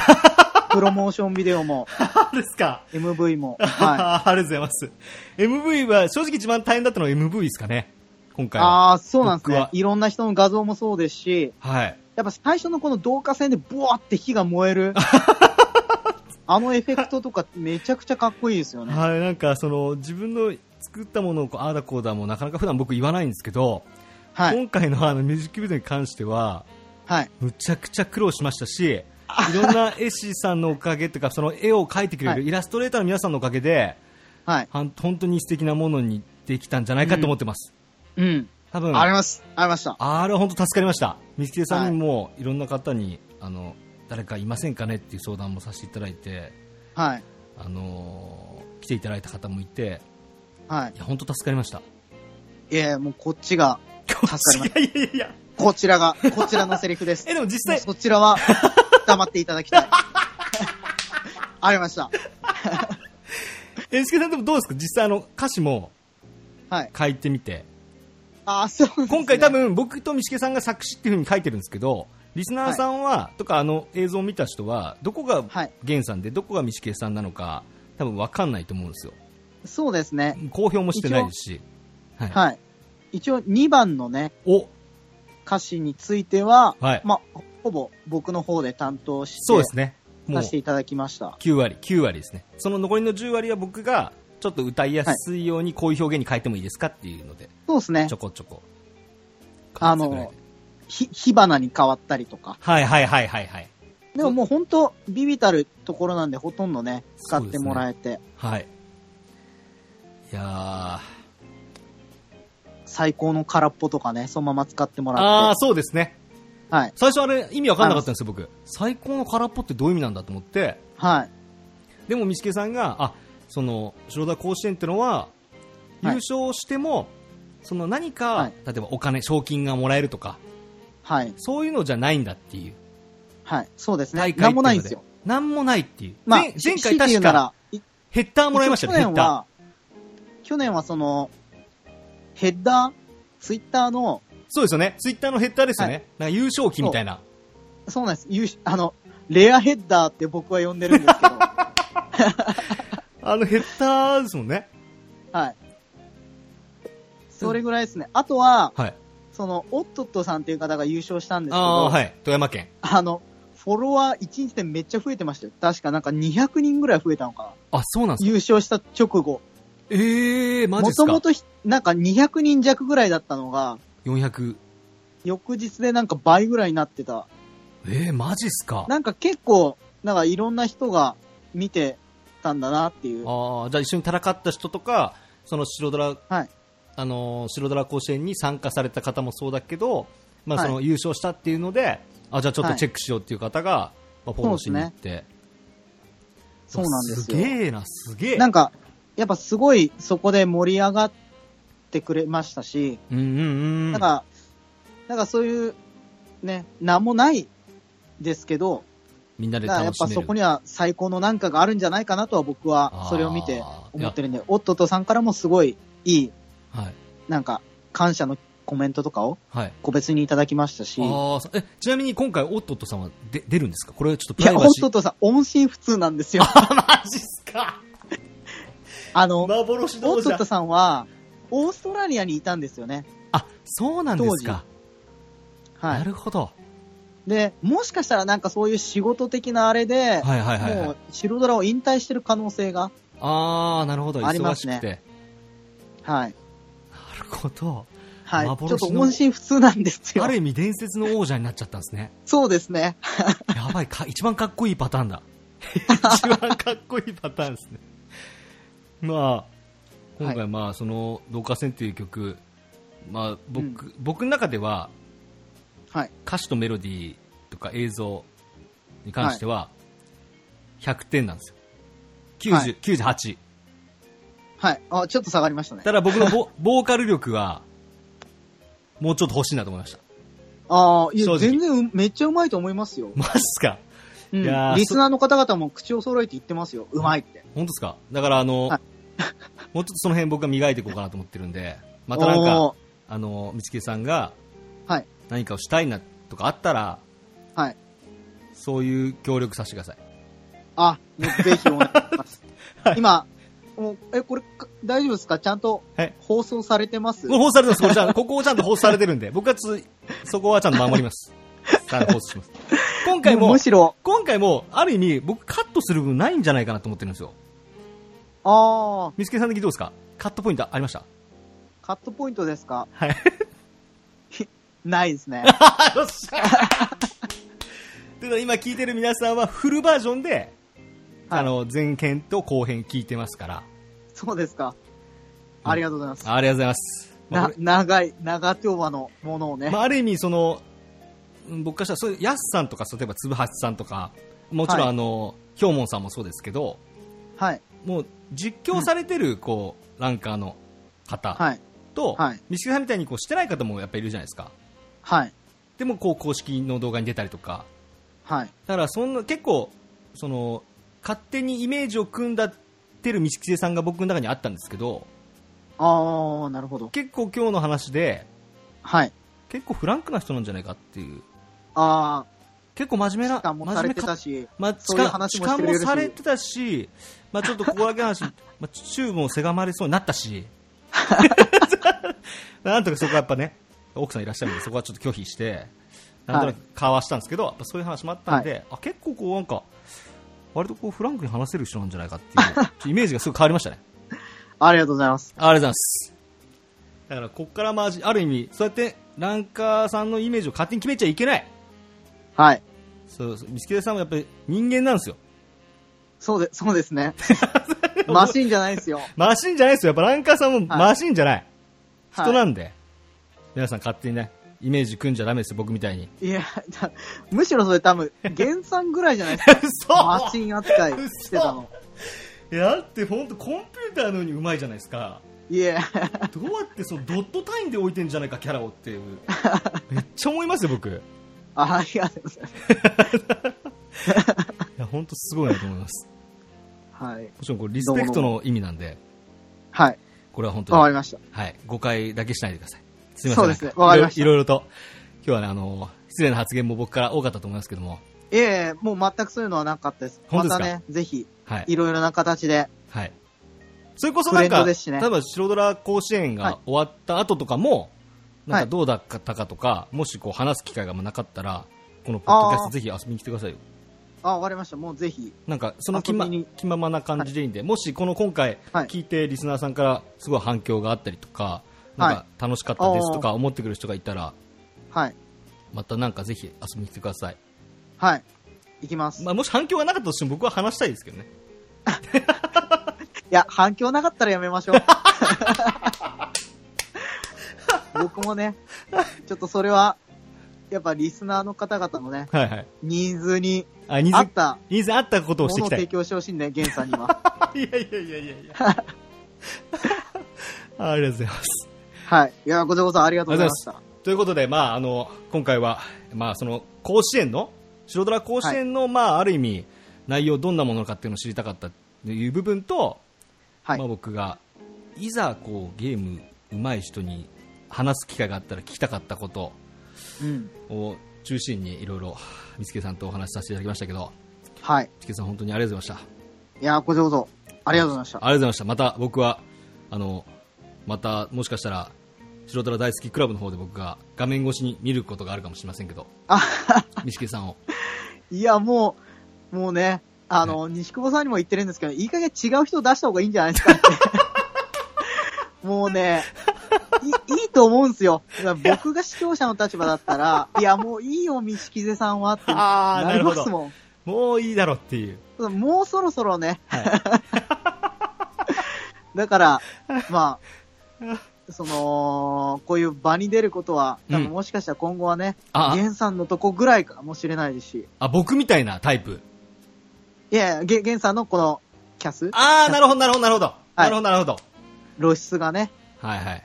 Speaker 3: プロモーションビデオも、
Speaker 1: あ れですか、
Speaker 3: MV も。はい。
Speaker 1: あありがとうございます、MV は正直一番大変だったのは MV ですかね、今回は。
Speaker 3: ああ、そうなんです
Speaker 1: 僕
Speaker 3: ね
Speaker 1: は。
Speaker 3: いろんな人の画像もそうですし、
Speaker 1: はい、
Speaker 3: やっぱ最初のこの導火線でブワーって火が燃 える。あのエフェクトとかめちゃくちゃかっこいいですよね。
Speaker 1: はい、なんかその自分の作ったものをこうああだこうだもなかなか普段僕言わないんですけど、
Speaker 3: はい。
Speaker 1: 今回のあのミュージックビデオに関しては
Speaker 3: はい。
Speaker 1: むちゃくちゃ苦労しましたしいろんな絵師さんのおかげというか、その絵を描いてくれる
Speaker 3: は
Speaker 1: イラストレーターの皆さんのおかげで、
Speaker 3: はい。
Speaker 1: はん本当に素敵なものにできたんじゃないかと思ってます。
Speaker 3: うん。
Speaker 1: 多分、
Speaker 3: あります。ありました。
Speaker 1: あれは本当助かりました。ミスケさんにも、い、ろんな方に、あの、誰かいませんかねっていう相談もさせていただいて、
Speaker 3: はい。
Speaker 1: あのー来ていただいた方もいて、
Speaker 3: はい
Speaker 1: いや、本当助かりました。
Speaker 3: いやいや、もうこっちが、助
Speaker 1: いやいやいや。
Speaker 3: こちらが、こちらのセリフです。
Speaker 1: え、でも実際、
Speaker 3: そちらは、黙っていただ きたい。ありました。
Speaker 1: えんすけさんでもどうですか実際あの、歌詞も
Speaker 3: はい。
Speaker 1: 書いてみて。
Speaker 3: あ、そうですね、
Speaker 1: 今回多分僕とミシケさんが作詞っていう風に書いてるんですけど、リスナーさんは、とかあの映像を見た人は、どこが
Speaker 3: はい
Speaker 1: 源さんで、どこがミシケさんなのか、多分わかんないと思うんですよ。
Speaker 3: そうですね。
Speaker 1: 公表もしてないですし。はい。
Speaker 3: はい。一応2番のね、
Speaker 1: お、
Speaker 3: 歌詞については、
Speaker 1: はい
Speaker 3: まあ、ほぼ僕の方で担当して、
Speaker 1: そうですね。もう
Speaker 3: させていただきました。
Speaker 1: 9割、9割ですね。その残りの10割は僕が、ちょっと歌いやすいようにこういう表現に変えてもいいですかっていうので、
Speaker 3: そうですね
Speaker 1: ちょ。こちょこ。
Speaker 3: あ
Speaker 1: 変えて
Speaker 3: の
Speaker 1: くれて、
Speaker 3: ひ、火花に変わったりとか。
Speaker 1: はいはいはいはいはい。
Speaker 3: でももう本当、ビビたるところなんで、ほとんどね、使ってもらえて、
Speaker 1: はい。いやー。あ
Speaker 3: 最高の空っぽとかね、そのまま使ってもら
Speaker 1: あー
Speaker 3: っ、て。
Speaker 1: そうですね。
Speaker 3: はい。
Speaker 1: 最初あれ意味わかんなかったんですよ、僕。最高の空っぽってどういう意味なんだと思って。
Speaker 3: はい。
Speaker 1: でも、道重さんが、あ、その、白田甲子園ってのは、優
Speaker 3: はい
Speaker 1: 勝しても、その何か、
Speaker 3: はい
Speaker 1: 例えばお金、賞金がもらえるとか、
Speaker 3: はい。
Speaker 1: そういうのじゃないんだっていう。
Speaker 3: はい。そうですね
Speaker 1: 大。会
Speaker 3: な
Speaker 1: って
Speaker 3: んもないんですよ。。
Speaker 1: なんもないっていう。
Speaker 3: まあ
Speaker 1: 前、前回確か、
Speaker 3: い
Speaker 1: ヘッダーもらいましたね、ヘ
Speaker 3: 一応
Speaker 1: ッ
Speaker 3: 去年
Speaker 1: ダ
Speaker 3: は、去年はその、ヘッダー、ツイッターの、
Speaker 1: ー。そうですよね。ツイッターのヘッダーですよね。な
Speaker 3: は
Speaker 1: んか優勝旗みたいな。
Speaker 3: そうなんです。優秀あの、レアヘッダーって僕は呼んでるんですけど、
Speaker 1: あのヘッダーですもんね。
Speaker 3: はい。それぐらいですね。あとは、
Speaker 1: はい。
Speaker 3: その、オットットさんっていう方が優勝したんですけど、
Speaker 1: ああー、
Speaker 3: あ,、
Speaker 1: はい。富山県。
Speaker 3: の、フォロワー1日でめっちゃ増えてましたよ。確かなんか200人ぐらい増えたのか
Speaker 1: あ、そうなん
Speaker 3: な。優勝した直後。
Speaker 1: ええー、マジ
Speaker 3: も
Speaker 1: です
Speaker 3: と
Speaker 1: か
Speaker 3: もとひなんか200人弱ぐらいだったのが、
Speaker 1: 400。
Speaker 3: 翌日でなんか倍ぐらいになってた。
Speaker 1: ええー、マジっすかあ
Speaker 3: なんか結構、なんかいろんな人が見てたんだなっていう。
Speaker 1: あー、じゃあ一緒に戦った人とか、その白ドラ、
Speaker 3: はい
Speaker 1: あのー白ドラ甲子園に参加された方もそうだけど、まあ
Speaker 3: はい
Speaker 1: その優勝したっていうので、あ、じゃあちょっとチェックしようっていう方が、まあ、フォローしに行って。
Speaker 3: そうなんです
Speaker 1: すげ
Speaker 3: よ。
Speaker 1: えな、すげえ。
Speaker 3: なんか、やっぱすごいそこで盛り上がってくれましたし、
Speaker 1: うんうんうん。
Speaker 3: なんか、なんかそういう、ね、なんもないですけど、
Speaker 1: みんなで
Speaker 3: だからやっ
Speaker 1: 楽し
Speaker 3: ぱ
Speaker 1: める。
Speaker 3: そこには最高のなんかがあるんじゃないかなとは僕はそれを見て
Speaker 1: あー
Speaker 3: 思ってるんで、夫とさんからもすごいいい、
Speaker 1: はい。
Speaker 3: なんか感謝のコメントとかを
Speaker 1: はい。
Speaker 3: 個別にいただきましたし、い
Speaker 1: ああ、え、ちなみに今回、オットットさんは出出るんですかこれはちょっとプラ
Speaker 3: や、
Speaker 1: イバシー。
Speaker 3: 夫とさん音信不通な んですよ。
Speaker 1: マジっすか
Speaker 3: あの、
Speaker 1: 幻
Speaker 3: オ
Speaker 1: 王
Speaker 3: ートッ
Speaker 1: 者
Speaker 3: トさんは、オーストラリアにいたんですよね。
Speaker 1: あ、そうなんですか。
Speaker 3: は。
Speaker 1: ないるほど。
Speaker 3: で、もしかしたらなんかそういう仕事的なあれで、
Speaker 1: はいはいはい、
Speaker 3: も
Speaker 1: は
Speaker 3: う
Speaker 1: い。
Speaker 3: 白ドラを引退してる可能性が、
Speaker 1: ああ、なるほど。
Speaker 3: あり
Speaker 1: 忙
Speaker 3: ま
Speaker 1: し
Speaker 3: す
Speaker 1: く
Speaker 3: ね
Speaker 1: て。な
Speaker 3: はい。
Speaker 1: るほど。
Speaker 3: はい。ち
Speaker 1: 幻の
Speaker 3: ょっと音信不通なんですよ
Speaker 1: あ。る意味、伝説の王者になっちゃったんですね。
Speaker 3: そうですね。
Speaker 1: やばいか、一番かっこいいパターン だ。一番かっこいいパターンですね。まあ、今
Speaker 3: は
Speaker 1: 回、まあ、その、導火線という曲、まあ、僕、僕の中では、
Speaker 3: はい。
Speaker 1: 歌詞とメロディーとか映像に関しては、100点なんですよ。90、
Speaker 3: はい
Speaker 1: 98。
Speaker 3: はい。あ、ちょっと下がりましたね。
Speaker 1: ただ僕の ボボーカル力は、もうちょっと欲しいなと思いました。
Speaker 3: ああ、い
Speaker 1: 正
Speaker 3: や、
Speaker 1: 直
Speaker 3: 全然うめっちゃうまいと思いますよ。
Speaker 1: マジっすか
Speaker 3: う
Speaker 1: いやー
Speaker 3: ん。リスナーの方々も口を揃えて言ってますよ。うまいって。
Speaker 1: 本当ですかだからあの、
Speaker 3: はい
Speaker 1: もうちょっとその辺僕が磨いていこうかなと思ってるんで、またなんか、
Speaker 3: おー
Speaker 1: あの、みちけさんが
Speaker 3: はい。
Speaker 1: 何かをしたいなとかあったら、
Speaker 3: はい。
Speaker 1: そういう協力させてください。
Speaker 3: あ、もうぜひお願いします。
Speaker 1: はい
Speaker 3: 今、もう、え、これ、か大丈夫ですかちゃんと
Speaker 1: はい。
Speaker 3: 放送されてます
Speaker 1: これ放送されてます。これちゃ んここをちゃんと放送されてるんで、僕はつ、そこはちゃんと守ります。ちゃんと放送します。今回も
Speaker 3: む、しろ、
Speaker 1: 今回も、ある意味、僕カットする部分ないんじゃないかなと思ってるんですよ。
Speaker 3: ああ、
Speaker 1: みつけさん的にどうですかカットポイントありま した
Speaker 3: カットポイントですか
Speaker 1: はい。
Speaker 3: ないですね。
Speaker 1: よっしゃだから今聞いてる皆さんはフルバージョンで、
Speaker 3: はい
Speaker 1: あの、前編と後編聞いてますから。
Speaker 3: そうですか。ありがとうございます。
Speaker 1: ありがとうございます。まあ
Speaker 3: な
Speaker 1: こ、
Speaker 3: 長い、長丁場のものをね。
Speaker 1: れまあ、ある意味、その、うん僕からしたら、そういう、やすさんとか、例えば、つぶはちさんとか、もちろん、
Speaker 3: はい
Speaker 1: あの、ひょうもんさんもそうですけど、
Speaker 3: はい。
Speaker 1: もう、実況されてる、こう、ランカーの方
Speaker 3: はい。
Speaker 1: と、
Speaker 3: はい
Speaker 1: ミシさんみたいに、こう、してない方もやっぱいるじゃないですか。
Speaker 3: はい。
Speaker 1: でも、こう、公式の動画に出たりとか、
Speaker 3: はい。
Speaker 1: だからそんな結構その勝手にイメージを組んだってる道木さんが僕の中にあったんですけど
Speaker 3: ああ、なるほど。
Speaker 1: 結構今日の話で
Speaker 3: はい。
Speaker 1: 結構フランクな人なんじゃないかっていう
Speaker 3: あ
Speaker 1: 結構真面目
Speaker 3: あ、
Speaker 1: な
Speaker 3: 期間もされてた
Speaker 1: 真面目か
Speaker 3: し、
Speaker 1: まあ、
Speaker 3: そういう話もしてくれるし
Speaker 1: 痴漢もされてたし、まあ、ちょっとここだけの話、 まあ、チューブもせがまれそうになった しなんとかそこはやっぱね奥さんいらっしゃるんでそこはちょっと拒否してなんとなく交わしたんですけど、やっぱそういう話もあったんで、あ結構こうなんか割とこうフランクに話せる人なんじゃないかっていう ちょっとイメージがすごい変わりましたね
Speaker 3: ありがとうございます。
Speaker 1: ありがとうございますだからこっからまあある意味そうやってランカーさんのイメージを勝手に決めちゃいけない
Speaker 3: はい。
Speaker 1: そうそう見つけさんもやっぱり人間なんですよ
Speaker 3: そうで、そうです ね。マシンじゃないですよ。
Speaker 1: マシンじゃないですよ。やっぱランカーさんもマシンじゃない。
Speaker 3: はい
Speaker 1: 人なんで、皆さん勝手にね、イメージ組んじゃダメですよ、僕み たいに。
Speaker 3: いや、だむしろそれ多分、原産ぐらいじゃないですか。
Speaker 1: 嘘
Speaker 3: マシン扱いしてたの。
Speaker 1: いや、だって本当コンピューターのようにうまいじゃないですか。
Speaker 3: いえ、
Speaker 1: どうやってそのドット単位で置いてんじゃないか、キャラをって いう。めっちゃ思いますよ、僕。い
Speaker 3: ありがとうございます。
Speaker 1: や、本当すごいなと思います。
Speaker 3: はい。
Speaker 1: もちろんこれリスペクトの意味なんで、
Speaker 3: はい。
Speaker 1: これは本当
Speaker 3: わ
Speaker 1: に
Speaker 3: か。りました。
Speaker 1: はい、誤解だけしないでください。すみません。
Speaker 3: そうですね
Speaker 1: なん
Speaker 3: わかりました
Speaker 1: いろいろいろいろと、今日はね、あの、失礼な発言も僕から多かったと思いますけども、
Speaker 3: いえいえ、もう全くそういうのはなかったです。
Speaker 1: 本当
Speaker 3: ま
Speaker 1: です
Speaker 3: た
Speaker 1: か
Speaker 3: ね、ぜひ、
Speaker 1: はい。
Speaker 3: いろいろな形で。
Speaker 1: はい。それこそなん
Speaker 3: トレン
Speaker 1: か、
Speaker 3: ドですしね
Speaker 1: 例えば白ドラ甲子園
Speaker 3: はい
Speaker 1: が終わった後とかも、なん
Speaker 3: は
Speaker 1: か
Speaker 3: い
Speaker 1: どうだったかとか、もしこう話す機会がなかったら、このポッドキャスト
Speaker 3: あー
Speaker 1: ぜひ遊びに来てくださいよ。
Speaker 3: あ、わかりました。もうぜひ。
Speaker 1: なんか、その気ま
Speaker 3: 遊びに
Speaker 1: 気ままな感じでいいんで、もしこの今回、
Speaker 3: はい
Speaker 1: 聞いてリスナーさんからすごい反響があったりとか、なんか
Speaker 3: は
Speaker 1: 楽しかったですとか思ってくる人がいたら、
Speaker 3: はい。
Speaker 1: またなんかぜひ遊びに来てください。
Speaker 3: はい。いきます。
Speaker 1: まあ、もし反響がなかったとしても僕は話したいですけどね。
Speaker 3: いや、反響なかったらやめ ましょう。 僕もね、ちょっとそれは、やっぱリスナーの方々のね、
Speaker 1: はいはい。
Speaker 3: ニーズに
Speaker 1: あ、ニ
Speaker 3: 合
Speaker 1: ー
Speaker 3: っ
Speaker 1: ズ、
Speaker 3: た
Speaker 1: ニーズあったことを
Speaker 3: も
Speaker 1: してい
Speaker 3: のを
Speaker 1: きたい
Speaker 3: 提。供してほしいんで、ゲンさんには。
Speaker 1: いやいやいやい やいや。ありがとうございます。
Speaker 3: はい。いや、ごちそうさんありがとうございました。
Speaker 1: ということで、まあ、あの、今回は、まあ、その、甲子園の、白虎甲子園の、まあ、ある意味、内容どんなものかっていうのを知りたかったっていう部分と、
Speaker 3: はい
Speaker 1: まあ、僕が、いざ、こう、ゲーム、上手い人に話す機会があったら聞きたかったこと
Speaker 3: うん。
Speaker 1: を中心に、いろいろ、三月さんとお話しさせていただきましたけど、
Speaker 3: はい。
Speaker 1: 三月さん、本当にありがとうございました。
Speaker 3: いや、ごちそうさんありがとうございまし
Speaker 1: ありがとう
Speaker 3: た。
Speaker 1: ございました。また僕は、あの、またもしかしたら、白虎大好きクラブの方で僕が画面越しに見ることがあるかもしれませんけど、
Speaker 3: あ、
Speaker 1: 三木さんを。
Speaker 3: いや、もう、もうね、あの、西久保さんにも言ってるんですけど、いい加減違う人出した方がいいんじゃないです かって。もうね、いいいと思うんですよ。だから僕が視聴者の立場だったら、いや、もういいよ、道木さんはって。
Speaker 1: あー
Speaker 3: なりま
Speaker 1: なるほど
Speaker 3: すもん。
Speaker 1: もういいだろっていう。
Speaker 3: ただもうそろそろね、
Speaker 1: はい。
Speaker 3: だから、まあ、その、こういう場に出ることは、多
Speaker 1: う
Speaker 3: 分
Speaker 1: ん
Speaker 3: もしかしたら今後はね、
Speaker 1: あ
Speaker 3: ゲンさんのとこぐらいかもしれないですし、
Speaker 1: あ、僕みたいなタイプ。
Speaker 3: いやいや、ゲゲンさんのこの、キャス
Speaker 1: ああ、なるほど、なるほど、なるほど。なるほど、なるほど。
Speaker 3: 露出がね、
Speaker 1: はいはい。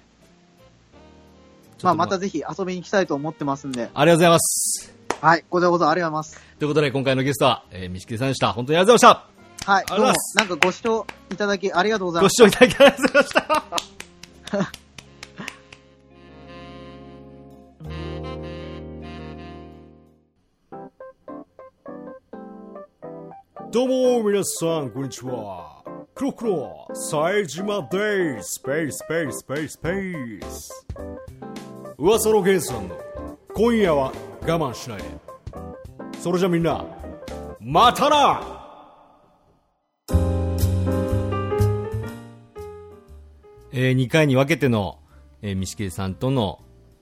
Speaker 3: まあ、また
Speaker 1: ぜ
Speaker 3: ぜひ遊びに来たいと思ってますんで。
Speaker 1: ありがとうございます。
Speaker 3: はい、ごちそうさまありがとうございます。
Speaker 1: ということで、今回のゲストは、えー、三木さんでした。本当にありがとうございまし
Speaker 3: はい、
Speaker 1: あ
Speaker 3: ど
Speaker 1: りがとうござい
Speaker 3: うも
Speaker 1: ま、す
Speaker 3: なんかご視聴いただきありがとうござ
Speaker 1: た。ご
Speaker 3: いま
Speaker 1: 視
Speaker 3: す。
Speaker 1: 聴いただきありがとうございました。
Speaker 4: どうも皆さんこんにちは黒黒冴島ですペースペースペースペース噂の源さんの今夜は我慢しないでそれじゃみんなまたな
Speaker 1: え2回に分けての、えー、三木さんとの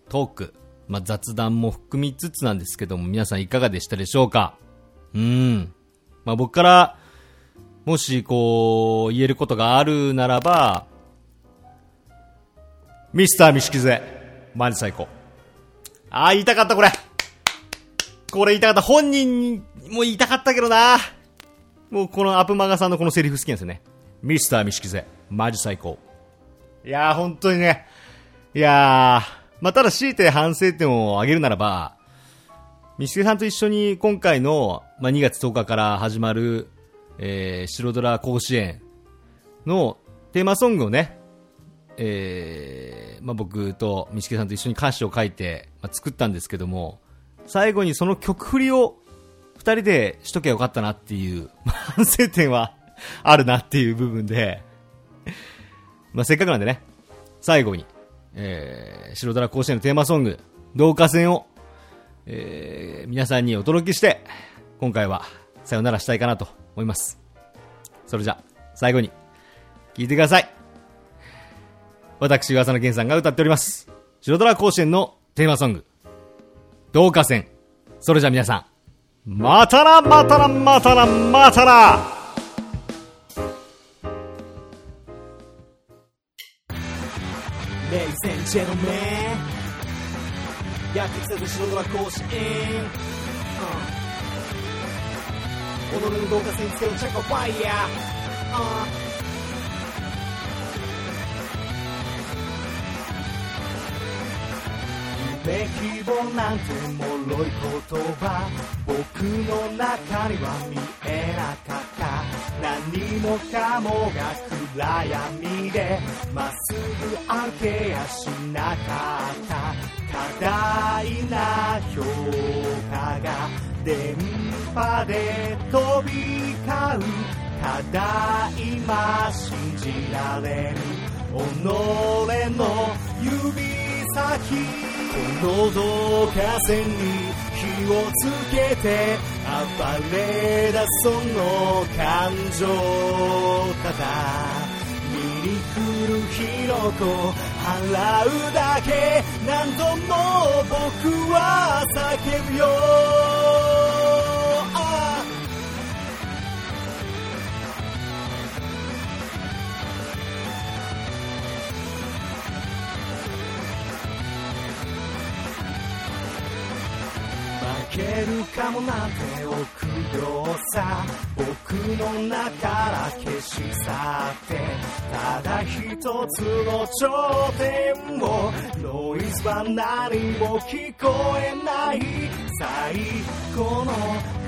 Speaker 1: トーク、まあ、雑談も含みつつなんですけども、皆さんいかがでしたでしょうかうん。まあ、僕から、もし、こう、言えることがあるならば、ミスターミシキゼ、マジ最高。ああ、言いたかった、これ。これ言いたかった。本人も言いたかったけどな。もうこのアプマガさんのこのセリフ好きなんですよね。ミスターミシキゼ、マジ最高。いやー、本当にね。いやー、まあ、ただ強いて反省点を挙げるならば、ミシケさんと一緒に今回の、まあ、2月10日から始まる、えー、白ドラ甲子園のテーマソングをね、えーまあ、僕とミシケさんと一緒に歌詞を書いて、まあ、作ったんですけども、最後にその曲振りを二人でしときゃよかったなっていう、まあ反省点はあるなっていう部分で、まあ、せっかくなんでね、最後に、えー、白ドラ甲子園のテーマソング、同化戦を、えー、皆さんにお届けして、今回はさよならしたいかなと思います。それじゃ、最後に、聴いてください。私、噂野健さんが歌っております。白ドラ甲子園のテーマソング、同化戦。それじゃ皆さん、またな、またな、またな、またな
Speaker 5: レイゼンジェルメンやってきたぜ白ドラ甲子園、うん、己の動画線つけろチェックファイヤー、うん夢希望なんて脆い言葉僕の中には見えなかった何もかもが暗闇でまっすぐ歩けやしなかった多大な評価が電波で飛び交うただ今信じられる己の指先この動画線に火をつけて暴れだその感情ただ見に来る火の粉払うだけ何度も僕は叫ぶよ負けるかもなんて臆病さ僕の中から消し去ってただ一つの頂点をノイズは何も聞こえない最高の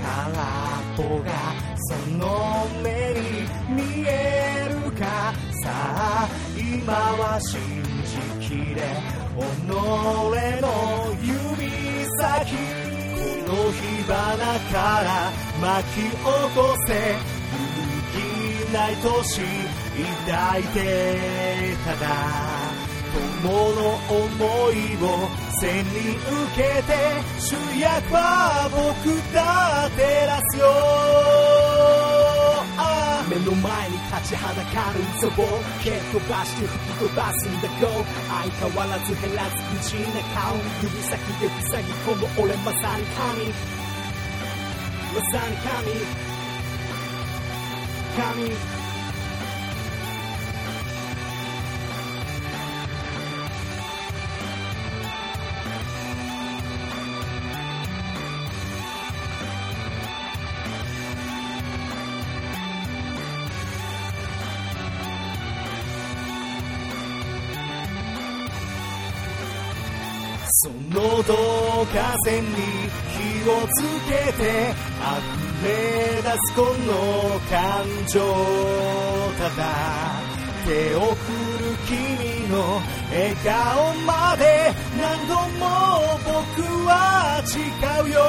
Speaker 5: 空っぽがその目に見えるかさあ今は信じきれ己の指先この火花から巻き起こせ揺るぎない年抱いてただ友の思いを背に受けて主役は僕だ照らすよああ目の前に立ちはだかる壺蹴っ飛ばして吹き飛ばすんだ Go 相変わらず減らず口な顔指先で塞ぎ込む俺まさに神まさに神神その動画線に火をつけて溢れ出すこの感情ただ手を振る君の笑顔まで何度も僕は誓うよ